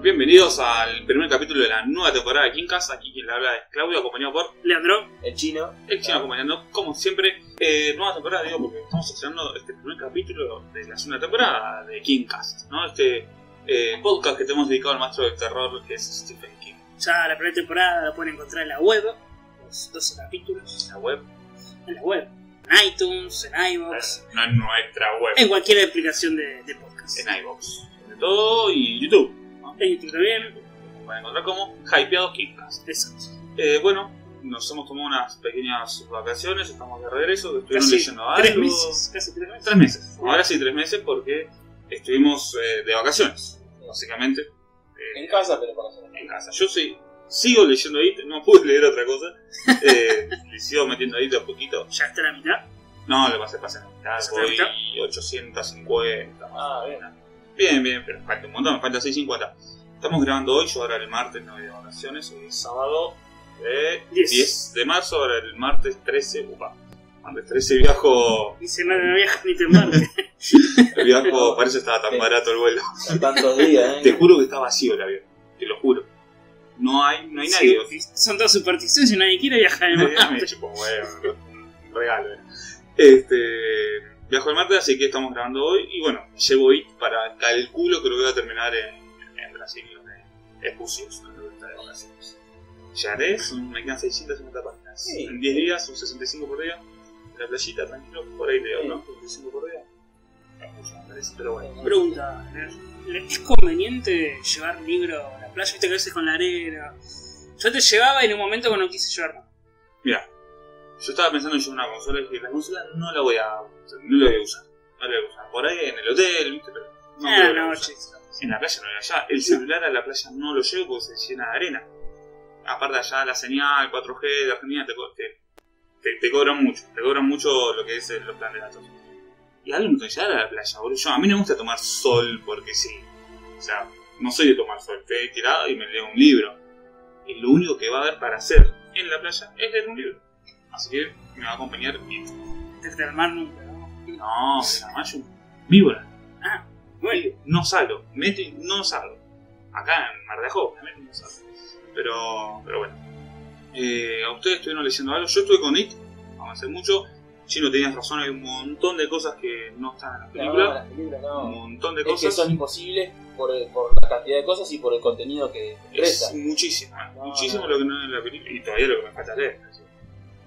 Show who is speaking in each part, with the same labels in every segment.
Speaker 1: Bienvenidos al primer capítulo de la nueva temporada de Kinkas. Aquí quien le habla es Claudio, acompañado por
Speaker 2: Leandro,
Speaker 3: El chino.
Speaker 1: el chino, acompañando como siempre. Eh, nueva temporada, digo, porque estamos estrenando este primer capítulo de la segunda temporada de Kingcast, ¿no? Este eh, podcast que tenemos dedicado al maestro del terror que es Stephen King.
Speaker 2: ya la primera temporada la pueden encontrar en la web, los 12 capítulos,
Speaker 1: La web,
Speaker 2: en la web, en iTunes, en iVoox,
Speaker 1: no en nuestra web,
Speaker 2: en cualquier aplicación de, de podcast.
Speaker 1: en iVoox, sobre todo, y YouTube. ¿no?
Speaker 2: En YouTube también,
Speaker 1: Nos pueden encontrar como Hypeados Kingcast.
Speaker 2: exacto.
Speaker 1: Eh, bueno, nos hemos tomado unas pequeñas vacaciones, estamos de regreso, estuvieron
Speaker 2: Casi
Speaker 1: leyendo algo.
Speaker 2: tres meses, casi tres meses.
Speaker 1: Tres meses. Ahora sí, tres meses porque estuvimos eh, de vacaciones, básicamente. Eh,
Speaker 3: En casa, pero para hacer.
Speaker 1: en casa. Yo sí, sigo leyendo IT, no pude leer otra cosa. Eh, le sigo metiendo IT a poquito.
Speaker 2: Ya está la mitad,
Speaker 1: No, lo pasé, pasé la mitad.
Speaker 2: ¿Pasaste la
Speaker 1: Voy 850. más
Speaker 3: Ah,
Speaker 1: o
Speaker 3: bien.
Speaker 1: menos. Bien, bien, pero falta un montón, me falta 650. Estamos grabando hoy, yo ahora el martes no voy de vacaciones, hoy es sábado eh,
Speaker 2: Diez.
Speaker 1: 10 de marzo, ahora el martes 13, upa, martes 13 viajo,
Speaker 2: dice no me viajas ni te embarques.
Speaker 1: viajo, parece que estaba tan
Speaker 3: Sí.
Speaker 1: barato el vuelo.
Speaker 3: Son tantos días, ¿eh?
Speaker 1: Te juro que está vacío el avión, te lo juro. No hay, no hay nadie.
Speaker 2: Sí, son todas supersticiones y nadie quiere viajar en
Speaker 1: Ah, me
Speaker 2: Marte.
Speaker 1: chupa un huevo, un regalo. eh. Este, viajo el martes, así que estamos grabando hoy. Y bueno, llevo hoy para calculo, creo que voy a terminar en, en Brasil, en Espucios, en la vuelta de vacaciones. Llegaré, son- me quedan 650 páginas.
Speaker 3: Sí.
Speaker 1: En 10 días, son 65 por día. En la playita, tranquilo, por ahí leo,
Speaker 3: Sí.
Speaker 1: ¿no? 65 por día. No, mucho, me parece, pero bueno.
Speaker 2: Pregunta, ¿le- ¿es conveniente llevar libro a la playa? Viste que a veces con la arena. Yo te llevaba y en un momento no quise llevar más.
Speaker 1: Mira, yo estaba pensando en llevar una consola y dije, la consola no la voy a, no la voy a usar. No la voy a usar. Por ahí en el hotel, ¿viste? Pero no
Speaker 2: Ah,
Speaker 1: creo que la
Speaker 2: no,
Speaker 1: use.
Speaker 2: chicos.
Speaker 1: En la playa no era allá. El celular a la playa no lo llevo porque se llena de arena. Aparte allá la señal 4G de Argentina te, co- te, te- te cobran mucho. Te cobran mucho lo que es eh, los planes de datos. Y algo que llegar a la playa, boludo. Yo- a mí no me gusta tomar sol porque sí. O sea, no soy de tomar sol. Estoy tirado y me leo un libro. Y lo único que va a haber para hacer en la playa es leer un libro. Así que me va a acompañar mi...
Speaker 2: Antes del mar nunca, ¿no?
Speaker 1: No, me la mayo. Víbora.
Speaker 2: Bueno,
Speaker 1: no salgo, meto y no salgo. Acá en Mar de Ajó, obviamente no salgo. Pero, pero bueno. Eh, a ustedes estuvieron leyendo algo. Yo estuve con It, avancé mucho. Chino, tenías razón, hay un montón de cosas que no están en la
Speaker 3: No,
Speaker 1: película.
Speaker 3: las películas
Speaker 1: Un
Speaker 3: no.
Speaker 1: montón de
Speaker 3: Es que
Speaker 1: cosas.
Speaker 3: son imposibles por, eh, por la cantidad de cosas y por el contenido que
Speaker 1: es
Speaker 3: resta.
Speaker 1: muchísimo, ¿eh?
Speaker 3: No,
Speaker 1: muchísimo
Speaker 3: no.
Speaker 1: lo que no hay en la película y todavía lo que me falta leer. así.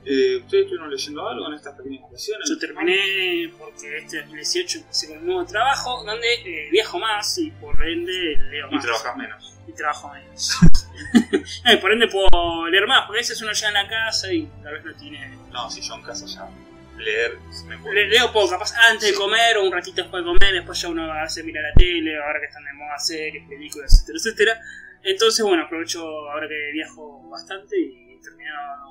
Speaker 1: Eh, ¿Ustedes estuvieron leyendo algo en estas pequeñas ocasiones?
Speaker 2: yo terminé porque este 2018 empecé con un nuevo trabajo donde eh, viajo más y por ende leo
Speaker 1: Y
Speaker 2: más.
Speaker 1: trabajas menos.
Speaker 2: Y trabajo menos. No, y por ende puedo leer más, porque a veces uno llega en la casa y tal vez no tiene.
Speaker 1: No, si yo en casa ya leer se me
Speaker 2: Le-
Speaker 1: puede.
Speaker 2: leo poco, capaz antes de comer o un ratito después de comer, después ya uno hace mira la tele, ahora que están de moda series, películas, etcétera, etcétera. Entonces, bueno, aprovecho ahora que viajo bastante y terminé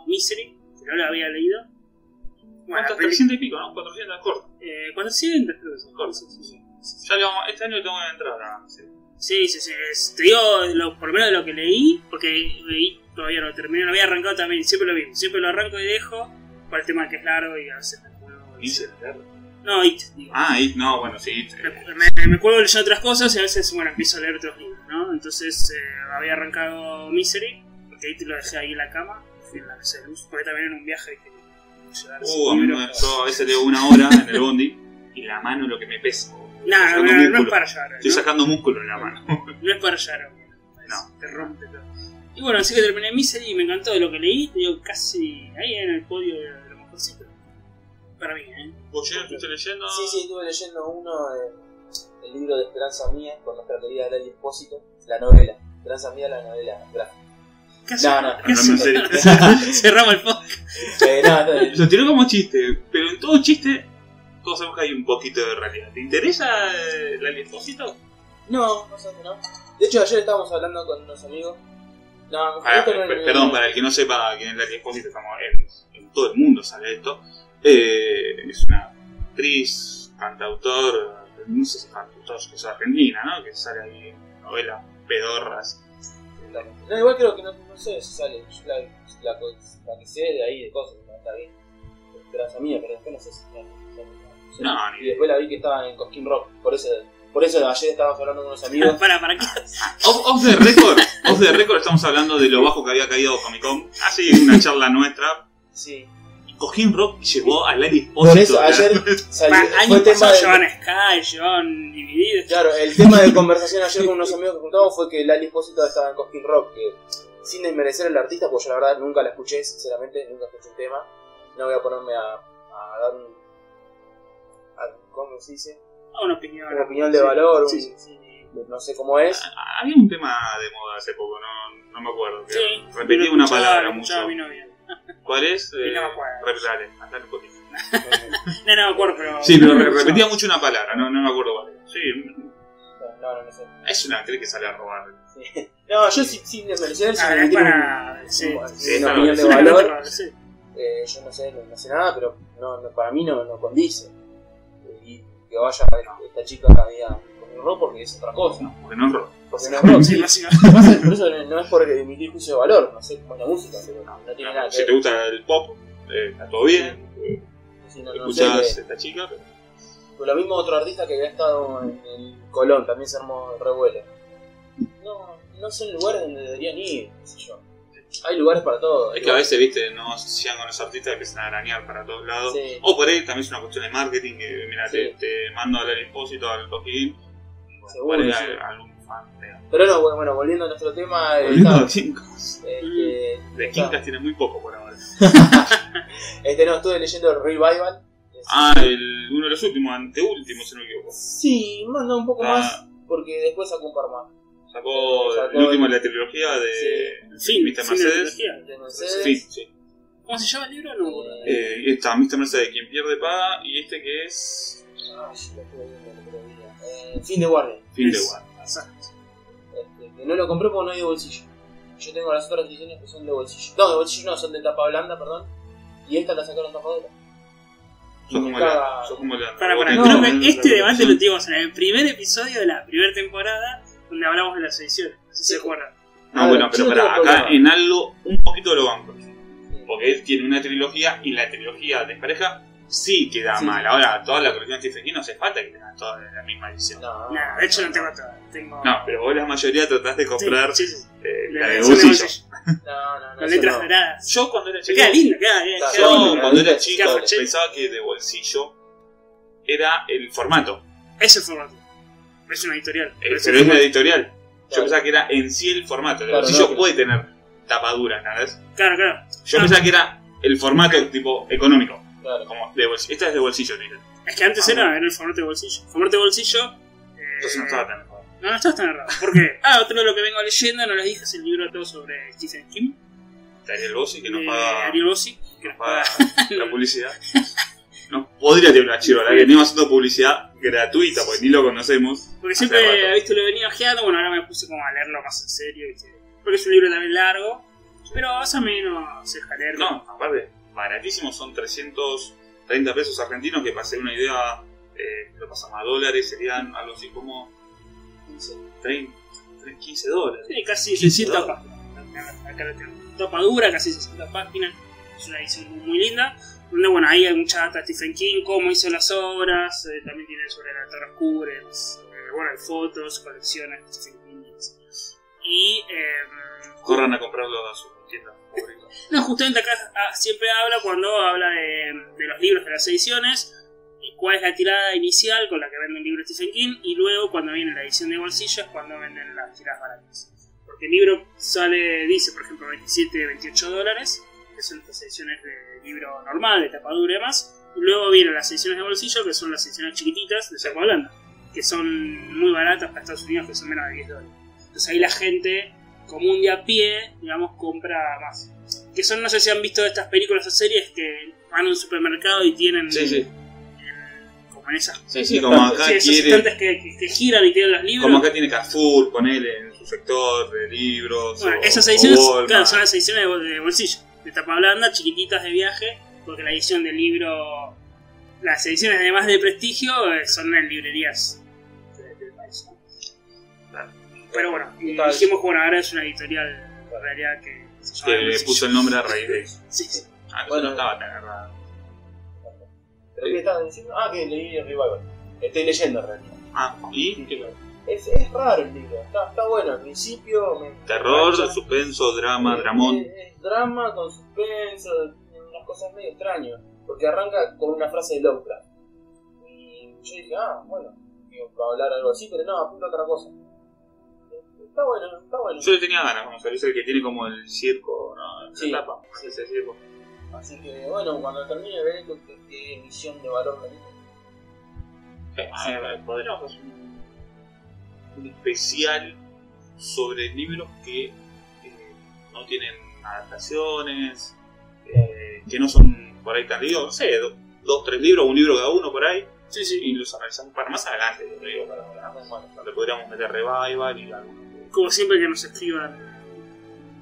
Speaker 2: Misery, que no lo había leído. Bueno,
Speaker 1: ¿Cuántas?
Speaker 2: peli-
Speaker 1: 300 y pico, ¿no? 400 es corto.
Speaker 2: Eh, 400 creo que son.
Speaker 1: Corto.
Speaker 2: Sí, sí, sí.
Speaker 1: Ya le vamos, este año le tengo que entrar a... sí.
Speaker 2: Sí, sí, sí, es- te digo lo- por lo menos de lo que leí, porque leí, todavía no lo terminé, lo había arrancado también, siempre lo mismo, siempre lo arranco y dejo, por el tema que es largo y a veces me cuelgo. y-
Speaker 1: Dice,
Speaker 2: No, y digo.
Speaker 1: Ah, It, no, bueno, sí, It, eh,
Speaker 2: Me, me, me cuelgo leyendo otras cosas y a veces, bueno, empiezo a leer otros libros, ¿no? Entonces eh, había arrancado Misery, porque ahí te lo dejé ahí en la cama, fui en la mesa de luz, porque también en un viaje que llevar ese
Speaker 1: Uh, a mí
Speaker 2: libro.
Speaker 1: no, yo a veces leo una hora en el bondi y la mano lo que me pesa. boludo. Estoy
Speaker 2: Nah, no,
Speaker 1: sacando
Speaker 2: no, no es
Speaker 1: músculo.
Speaker 2: para llevar.
Speaker 1: Estoy sacando músculo en la mano.
Speaker 2: No es para allá,
Speaker 1: No.
Speaker 2: no. Te rompe todo. Y bueno, así que terminé Misery y me encantó de lo que leí. Te digo, casi ahí en el podio de lo mejorcito. Para mí, ¿eh?
Speaker 1: ¿Vos Jero, estuviste leyendo?
Speaker 3: Sí, sí, estuve leyendo uno de- el libro de Esperanza Mía con nuestra querida Lali Espósito, la novela. Esperanza Mía, la novela. gráfica.
Speaker 2: Casi.
Speaker 3: No, no.
Speaker 1: Hablando en serio.
Speaker 2: Cerramos el podcast.
Speaker 3: Eh, no, está bien.
Speaker 1: Lo tiró como chiste, pero en todo chiste todos sabemos que hay un poquito de realidad. ¿Te interesa eh, la Espósito?
Speaker 3: no, no sé, no. De hecho, ayer estábamos hablando con unos amigos. No,
Speaker 1: Para-
Speaker 3: esto no-
Speaker 1: per- Ah, perdón, para el que no sepa quién es Lali Espósito, estamos en, en todo el mundo sale esto. Eh, es una actriz, cantautor, no sé si cantautor, que es argentina, ¿no? Que sale ahí en novelas pedorras.
Speaker 3: No, igual creo que no, no sé si sale. Yo la, la, co- la que sé de ahí de cosas, no está bien. Esperanza mía, pero después no sé si sale.
Speaker 1: No, ni
Speaker 3: Y después la vi que estaba en Cosquín Rock, por eso Por eso ayer estábamos hablando con unos amigos.
Speaker 2: para, para qué.
Speaker 1: Off, off the record, off the record estamos hablando de lo bajo que había caído Comic Con. Así una charla nuestra.
Speaker 3: Sí.
Speaker 1: Cojín Rock llevó a Larry Espósito.
Speaker 3: Por eso ayer salió,
Speaker 2: Pa-
Speaker 3: fue
Speaker 2: años
Speaker 3: tema
Speaker 2: pasados
Speaker 3: de,
Speaker 2: llevan Sky, llevan Dividido.
Speaker 3: Claro, el tema de conversación ayer con unos amigos que juntamos fue que Lali Espósito estaba en Cosquín Rock, que sin desmerecer al artista, porque yo la verdad nunca la escuché, sinceramente, nunca escuché un tema. No voy a ponerme a, a dar un. a- ¿Cómo se dice?
Speaker 2: Ah, Una opinión.
Speaker 3: Una opinión de valor,
Speaker 2: Sí,
Speaker 3: un-
Speaker 2: sí, sí.
Speaker 3: No sé cómo es.
Speaker 1: Había un tema de moda hace poco, no, no me acuerdo. que
Speaker 2: Sí,
Speaker 1: repetí
Speaker 2: lo
Speaker 1: una
Speaker 2: escuchaba-
Speaker 1: palabra
Speaker 2: lo escuchaba
Speaker 1: mucho.
Speaker 2: mi novia.
Speaker 1: ¿Cuál es?
Speaker 2: Y no me acuerdo.
Speaker 1: Repetale, andale un poquito.
Speaker 3: Eh,
Speaker 2: No, no me acuerdo, pero. Ah,
Speaker 1: Sí, pero
Speaker 2: lo
Speaker 1: re-
Speaker 2: escuchaba.
Speaker 1: repetía mucho una palabra, no, no me acuerdo cuál. era. Sí,
Speaker 3: No, no, no sé.
Speaker 1: es una actriz que sale a robar.
Speaker 3: No, yo sin, sin desmerecer,
Speaker 2: Ah,
Speaker 3: sin
Speaker 2: es
Speaker 3: meter un-
Speaker 2: para. Sí.
Speaker 3: un-
Speaker 1: sí,
Speaker 3: una
Speaker 1: está
Speaker 3: opinión
Speaker 1: bien.
Speaker 3: de valor.
Speaker 2: Sí.
Speaker 3: eh, yo no sé, no, no sé nada, pero no, no- para mí no, no condice. Eh, Y que vaya a ver esta chica acá día con un rock porque es otra cosa.
Speaker 1: No, porque no es rock.
Speaker 3: Porque no es rock.
Speaker 2: Sí, más si no.
Speaker 3: Pasa que por eso no, no es por emitir juicio de valor, no sé cómo es la música, pero no, no tiene nada que
Speaker 1: Si te
Speaker 3: ver.
Speaker 1: gusta el pop, eh, está todo bien.
Speaker 3: Sí, no- no
Speaker 1: Escuchás
Speaker 3: sé,
Speaker 1: a esta chica, pero
Speaker 3: eh, lo mismo otro artista que había estado en, en Colón, también se armó revuelo. No, no son lugares donde deberían ir, qué sé yo. Hay lugares para todo.
Speaker 1: es que a veces, viste, no llegan con los artistas que empiezan a arañar para todos lados.
Speaker 3: Sí,
Speaker 1: O por ahí también es una cuestión de marketing, que mira,
Speaker 3: Sí.
Speaker 1: te, te mando al expósito, al cojín,
Speaker 3: seguro.
Speaker 1: por ahí
Speaker 3: sí.
Speaker 1: a- a algún fan. te-
Speaker 3: Pero no, bueno, bueno, volviendo a nuestro tema, eh,
Speaker 1: Volviendo
Speaker 3: está-
Speaker 1: a Quincas,
Speaker 3: este,
Speaker 1: de
Speaker 3: está-
Speaker 1: Quincas tiene muy poco por ahora.
Speaker 3: Este, no, estuve leyendo el Revival.
Speaker 1: Ah, el, uno de los últimos, anteúltimo, si no me equivoco.
Speaker 3: Sí, manda un poco
Speaker 1: Ah.
Speaker 3: más, porque después sacó un par más.
Speaker 1: Sacó,
Speaker 3: Sacó
Speaker 1: el último
Speaker 3: el-
Speaker 1: de la trilogía de Mr.
Speaker 2: Fin, fin de la
Speaker 1: Mercedes.
Speaker 2: trilogía.
Speaker 3: De Mercedes,
Speaker 1: Sí, sí.
Speaker 2: ¿Cómo se llama el libro? No me acuerdo.
Speaker 1: Eh, está Mr. Mercedes, quien pierde paga, y este que es
Speaker 3: ay, Ah, lo estuve viendo el otro día. Eh, fin de guardia.
Speaker 1: Fin de
Speaker 2: Es-
Speaker 1: Guardia.
Speaker 3: Este, que no lo compré porque no hay de bolsillo. Yo tengo las otras ediciones que son de bolsillo. No, de bolsillo no, son de tapa blanda, perdón. Y esta la sacaron tapa dura. Y
Speaker 1: Sos
Speaker 3: me
Speaker 1: como
Speaker 3: caga-
Speaker 1: Leandro, sos como Leandro.
Speaker 2: Para, para,
Speaker 1: Vos
Speaker 2: creo
Speaker 1: tenés
Speaker 2: que
Speaker 1: una
Speaker 2: este debate lo
Speaker 1: revolución.
Speaker 2: tuvimos en el primer episodio de la primera temporada, donde hablamos de las ediciones. No sé si se acuerdan.
Speaker 1: No,
Speaker 3: A ver,
Speaker 1: bueno, pero
Speaker 3: yo no
Speaker 1: para,
Speaker 3: tengo
Speaker 1: acá
Speaker 3: problema.
Speaker 1: en algo un poquito lo banco.
Speaker 3: Sí.
Speaker 1: Porque él tiene una trilogía y la trilogía de pareja sí queda
Speaker 3: Sí.
Speaker 1: mal. Ahora, toda la colección Stephen King no hace falta que tengan todas de la misma edición. No,
Speaker 3: No,
Speaker 2: Nada, de hecho no tengo todas. Tengo.
Speaker 1: pero vos la mayoría tratás de
Speaker 2: Sí,
Speaker 1: comprar
Speaker 2: sí, sí.
Speaker 1: eh,
Speaker 2: La
Speaker 1: la de
Speaker 2: edición de
Speaker 1: bolsillo.
Speaker 2: bolsillo,
Speaker 3: No, no, no.
Speaker 2: Con
Speaker 3: eso
Speaker 2: letras
Speaker 3: no.
Speaker 2: doradas.
Speaker 1: Yo cuando era
Speaker 2: Que
Speaker 1: chico,
Speaker 2: Queda lindo, queda bien.
Speaker 3: Está
Speaker 1: yo
Speaker 3: bueno,
Speaker 2: bonito.
Speaker 1: cuando era
Speaker 3: Queda
Speaker 1: chico
Speaker 2: forchete.
Speaker 1: pensaba que de bolsillo era el formato,
Speaker 2: Es el formato. Es una editorial.
Speaker 1: eh,
Speaker 2: es
Speaker 1: pero
Speaker 2: un
Speaker 1: es la
Speaker 2: formato.
Speaker 1: editorial. Yo
Speaker 3: Claro.
Speaker 1: pensaba que era en sí el formato. El
Speaker 3: Claro,
Speaker 1: bolsillo
Speaker 3: no,
Speaker 1: puede tener tapadura, ¿sabes?
Speaker 2: Claro, claro.
Speaker 1: Yo
Speaker 2: Ah.
Speaker 1: pensaba que era el formato tipo económico.
Speaker 3: Claro.
Speaker 1: Como de bolsillo. Esta es de bolsillo, te dicen.
Speaker 2: Es que antes
Speaker 1: Ah,
Speaker 2: era, era el formato de bolsillo. Formato de bolsillo. eh,
Speaker 1: Entonces no estaba tan errado.
Speaker 2: No, no estás tan errado. ¿Por qué? Ah, otro de lo que vengo leyendo, no les dije, es el libro todo sobre Stephen King,
Speaker 1: Daniel Bossi que nos
Speaker 2: de
Speaker 1: paga,
Speaker 2: Ariel Bossi, que
Speaker 1: nos
Speaker 2: nos paga.
Speaker 1: paga la publicidad. No, podría tener una chirola, que venimos haciendo publicidad gratuita, porque ni lo conocemos.
Speaker 2: Porque
Speaker 1: Hace
Speaker 2: siempre,
Speaker 1: rato.
Speaker 2: viste, lo venía ojeando, bueno, ahora me puse como a leerlo más en serio, viste. Porque es un libro también largo, pero más o menos se deja leer.
Speaker 1: No, aparte, baratísimo, son 330 pesos argentinos, que para hacer una idea, eh, lo pasamos a dólares, serían algo así como 30, 15 dólares.
Speaker 2: Tiene casi
Speaker 1: Sí,
Speaker 2: 600
Speaker 1: claro.
Speaker 2: páginas. Acá lo tengo. Tapa dura, casi 600 páginas. Es una edición muy, muy linda. Donde, bueno, ahí hay mucha data de Stephen King, cómo hizo las obras. eh, también tiene sobre la Torre Oscura, eh, bueno, hay fotos, colecciones de Stephen King. y demás. Y, eh,
Speaker 1: Corran a comprarlo a su tienda favorita.
Speaker 2: no, justamente acá ah, siempre habla cuando habla de, de los libros de las ediciones, y cuál es la tirada inicial con la que vende un libro Stephen King, y luego cuando viene la edición de bolsillo es cuando venden las tiradas baratas. Porque el libro sale, dice, por ejemplo, 27, 28 dólares, que son estas ediciones de libro normal, de tapa dura y demás, y luego vienen las ediciones de bolsillo, que son las ediciones chiquititas de Saco Blanda, que son muy baratas para Estados Unidos, que son menos de 10 dólares. Entonces ahí la gente común de a pie, digamos, compra más que son, no sé si han visto estas películas o series que van a un supermercado y tienen
Speaker 1: Sí, sí.
Speaker 2: como en esas
Speaker 1: Sí, sí, como acá
Speaker 2: sí, esos
Speaker 1: quiere-
Speaker 2: estantes que, que- que giran y tienen los libros.
Speaker 1: eh, Como acá tiene Carrefour, ponele en su sector de libros.
Speaker 2: Bueno,
Speaker 1: o-
Speaker 2: esas
Speaker 1: o
Speaker 2: ediciones,
Speaker 1: Walmart.
Speaker 2: claro, son las ediciones de, bol- de bolsillo, de tapa blanda, chiquititas de viaje, porque la edición del libro, las ediciones además de prestigio eh, son en librerías de- del país. ¿no? Pero bueno, eh,
Speaker 1: Ah,
Speaker 3: Tal.
Speaker 2: dijimos que bueno, ahora es una editorial en realidad que se llama
Speaker 1: Que le
Speaker 2: Bolsillo.
Speaker 1: puso el nombre a raíz de eso.
Speaker 2: Sí, sí.
Speaker 1: Ah, entonces
Speaker 3: Bueno.
Speaker 1: no estaba tan agarrado.
Speaker 3: ¿Pero qué estabas diciendo? Ah, que leí el Revival. Estoy leyendo en realidad.
Speaker 1: Ah, ¿y? ¿Qué más?
Speaker 3: Es, es raro el libro, está, está bueno. Al principio. me-
Speaker 1: Terror,
Speaker 3: me-
Speaker 1: suspenso, drama,
Speaker 3: es-
Speaker 1: dramón.
Speaker 3: Es, Eh, drama con suspenso, unas cosas medio extrañas. Porque arranca con una frase de Lovecraft. Y yo dije, ah, bueno, digo, va a hablar algo así, pero no, apunta a otra cosa. Este, Está bueno, está bueno.
Speaker 1: Yo le tenía ganas, como sabés, el que tiene como el circo, ¿no?
Speaker 3: Sí.
Speaker 1: La tapa, ese circo.
Speaker 3: Así que bueno, cuando termine de ver esto, qué, qué emisión de valor me dice.
Speaker 1: Eh, podríamos hacer un, un especial sobre libros que eh, no tienen adaptaciones, eh, que no son por ahí tan libros, no sé, do- dos, tres libros, un libro cada uno por ahí,
Speaker 2: Sí, sí.
Speaker 1: y los analizamos para más adelante, yo digo, para, para- donde podríamos meter revival y algo.
Speaker 2: Como siempre que nos escriban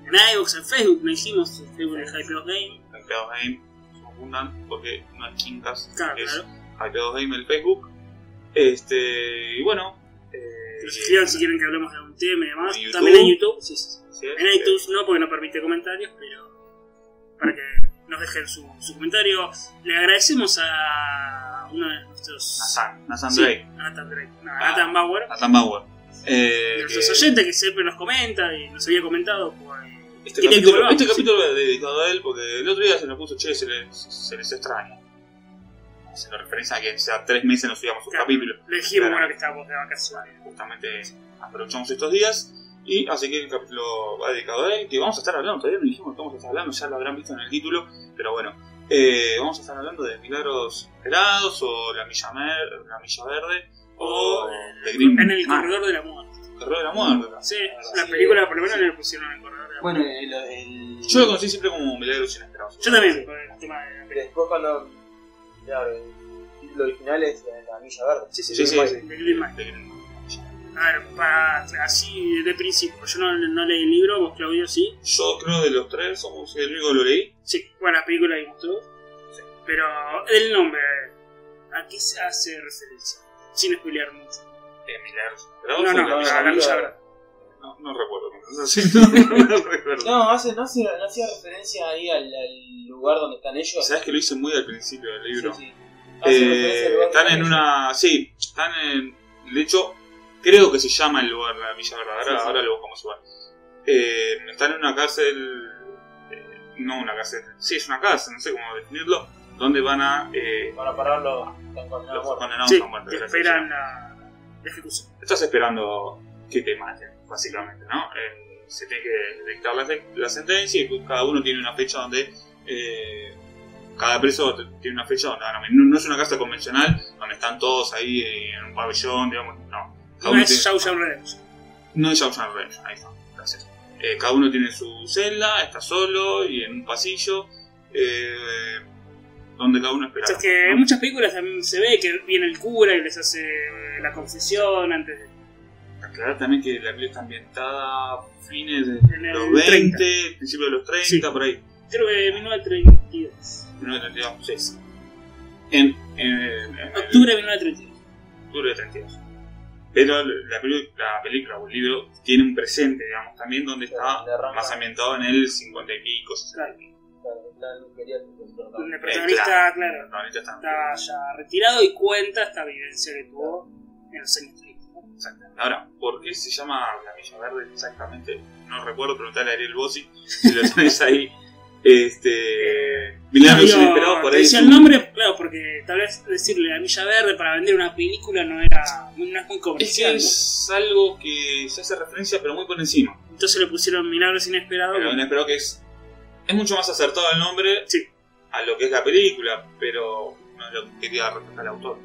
Speaker 2: en iVoox, en Facebook, me hicimos el Facebook de Hypeos Game.
Speaker 1: Hypeados Game, se confundan porque no hay quintas,
Speaker 2: Claro,
Speaker 1: es
Speaker 2: claro.
Speaker 1: Hypeados Game el Facebook. Este, y bueno, eh,
Speaker 2: Que nos escriban si quieren que hablemos de algún tema y demás.
Speaker 1: En YouTube.
Speaker 2: También en YouTube. Sí, sí.
Speaker 1: ¿sí?
Speaker 2: En iTunes no, porque no permite comentarios, pero para que nos dejen su, su comentario. Le agradecemos a uno de nuestros...
Speaker 1: Nathan, Nathan
Speaker 2: Sí,
Speaker 1: Drake,
Speaker 2: Nathan Drake. No, a
Speaker 1: Ah.
Speaker 2: Nathan Bauer.
Speaker 1: Nathan Bauer. Eh,
Speaker 2: de
Speaker 1: que-
Speaker 2: nuestros oyentes que siempre nos comenta y nos había comentado. Pues,
Speaker 1: Este
Speaker 2: tiene que
Speaker 1: capítulo,
Speaker 2: volver,
Speaker 1: este
Speaker 2: sí.
Speaker 1: capítulo es dedicado a él porque el otro día se nos puso, che, se les, se les extraña. Se nos referencia a que ya tres meses nos subíamos un
Speaker 2: Claro.
Speaker 1: capítulo.
Speaker 2: Le dijimos
Speaker 1: Claro.
Speaker 2: bueno, que estábamos de vacaciones.
Speaker 1: Justamente aprovechamos estos días. Y así que el capítulo va dedicado a él, que vamos a estar hablando, todavía no dijimos que vamos a estar hablando, ya lo habrán visto en el título, pero bueno, eh, vamos a estar hablando de Milagros Helados o La Milla, Mer- la Milla Verde o The Green
Speaker 2: en el
Speaker 1: Man,
Speaker 2: corredor de la muerte.
Speaker 1: el Corredor de la Muerte.
Speaker 2: Sí,
Speaker 1: verdad,
Speaker 2: la
Speaker 3: sí.
Speaker 2: película por lo menos le pusieron en el corredor de la muerte.
Speaker 3: eh,
Speaker 4: Bueno, el, el-
Speaker 1: Yo lo conocí siempre como Milagros Inesperados.
Speaker 2: Yo también, por el tema de la película.
Speaker 3: Después cuando. Claro, el título original es La la Milla Verde.
Speaker 1: Sí, sí,
Speaker 2: de
Speaker 1: sí.
Speaker 2: Green Man.
Speaker 1: The Green Man.
Speaker 2: A ver, para, así de principio. Yo no, no leí el libro, vos Claudio sí.
Speaker 1: Yo creo de los tres somos el único que lo leí.
Speaker 2: Sí, bueno, la película la vimos todos. Pero el nombre, ¿a qué se hace referencia? Sin spoilear mucho.
Speaker 1: Eh, Milagros.
Speaker 2: No, no, no,
Speaker 1: no,
Speaker 2: a la Milla Verde.
Speaker 1: no, no recuerdo. No, sé, no, no recuerdo.
Speaker 3: No, hace, no, hacía, no hacía referencia ahí al, al lugar donde están ellos.
Speaker 1: Sabes que lo hice muy al principio del libro.
Speaker 3: Sí, sí. Hace referencia al
Speaker 1: Eh,
Speaker 3: lugar
Speaker 1: están
Speaker 3: donde
Speaker 1: en
Speaker 3: ellos-
Speaker 1: una. Sí, están en. De hecho, creo que se llama el lugar la Villa Verde. Ahora,
Speaker 3: Sí, sí.
Speaker 1: ahora lo buscamos igual. Eh, están en una cárcel. eh, no, una cárcel. Sí, es una cárcel, no sé cómo definirlo. Donde van a. Eh,
Speaker 3: Para pararlo, están con
Speaker 1: los condenados
Speaker 2: Sí,
Speaker 1: a muerte.
Speaker 2: que
Speaker 1: gracias.
Speaker 2: esperan la la ejecución.
Speaker 1: estás esperando que te maten, básicamente, ¿no? Eh, se tiene que dictar la, la sentencia y pues cada uno tiene una fecha donde... eh, cada preso t- tiene una fecha donde van a venir. No, no es una casa convencional donde están todos ahí eh, en un pabellón, digamos, no. Cada
Speaker 2: Una
Speaker 1: uno
Speaker 2: es
Speaker 1: tiene-
Speaker 2: Shawshank Redemption.
Speaker 1: no es Shawshank Redemption, ahí está, gracias. Eh, cada uno tiene su celda, está solo y en un pasillo eh, donde cada uno espera.
Speaker 2: O sea, es que en muchas películas también se ve que viene el cura y les hace eh, la confesión antes de...
Speaker 1: Aclarar también que la película está ambientada a fines de
Speaker 2: En el
Speaker 1: los 20,
Speaker 2: 30.
Speaker 1: principios de los 30,
Speaker 2: Sí.
Speaker 1: por ahí.
Speaker 2: Creo que 1932.
Speaker 1: 1932, sí. En, en, en- en
Speaker 2: Octubre de 1932.
Speaker 1: el octubre de 32. Pero la, pelu- la película o el libro tiene un presente, digamos, también donde está
Speaker 3: Donde arranca-
Speaker 1: ah, más ambientado en el 50 y pico, 60 y pico.
Speaker 3: Claro, claro, quería-
Speaker 2: Donde el
Speaker 1: Eh,
Speaker 2: protagonista, claro,
Speaker 1: No, ahorita está.
Speaker 2: está ya retirado y cuenta esta vivencia que tuvo en los años 30. ¿no?
Speaker 1: Exactamente. Ahora, ¿por qué se llama La Milla Verde exactamente? No recuerdo, preguntale a Ariel Bossi si lo tenés ahí. Este. Milagros
Speaker 2: Pero
Speaker 1: inesperados por
Speaker 2: te
Speaker 1: ahí.
Speaker 2: Decía
Speaker 1: es
Speaker 2: el
Speaker 1: un-
Speaker 2: nombre, claro, porque tal vez decirle la Milla Verde para vender una película no era no es muy
Speaker 1: Es que
Speaker 2: comercial.
Speaker 1: es algo que se hace referencia, pero muy por encima.
Speaker 2: ¿no? Entonces le pusieron Milagros Inesperados.
Speaker 1: Pero bueno, espero que es. Es mucho más acertado el nombre
Speaker 2: Sí.
Speaker 1: a lo que es la película, pero no es lo que quería respetar al autor.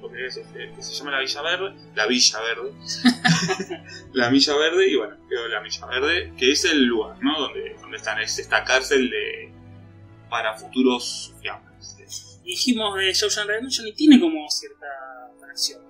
Speaker 1: Porque es, este, que se llama La Villa Verde, La Villa Verde, La Milla Verde, y bueno, quedó La Milla Verde, que es el lugar, ¿no? Donde, donde están, es esta cárcel de para futuros fiambres.
Speaker 2: Y dijimos de Shawshank Redemption y tiene como cierta conexión.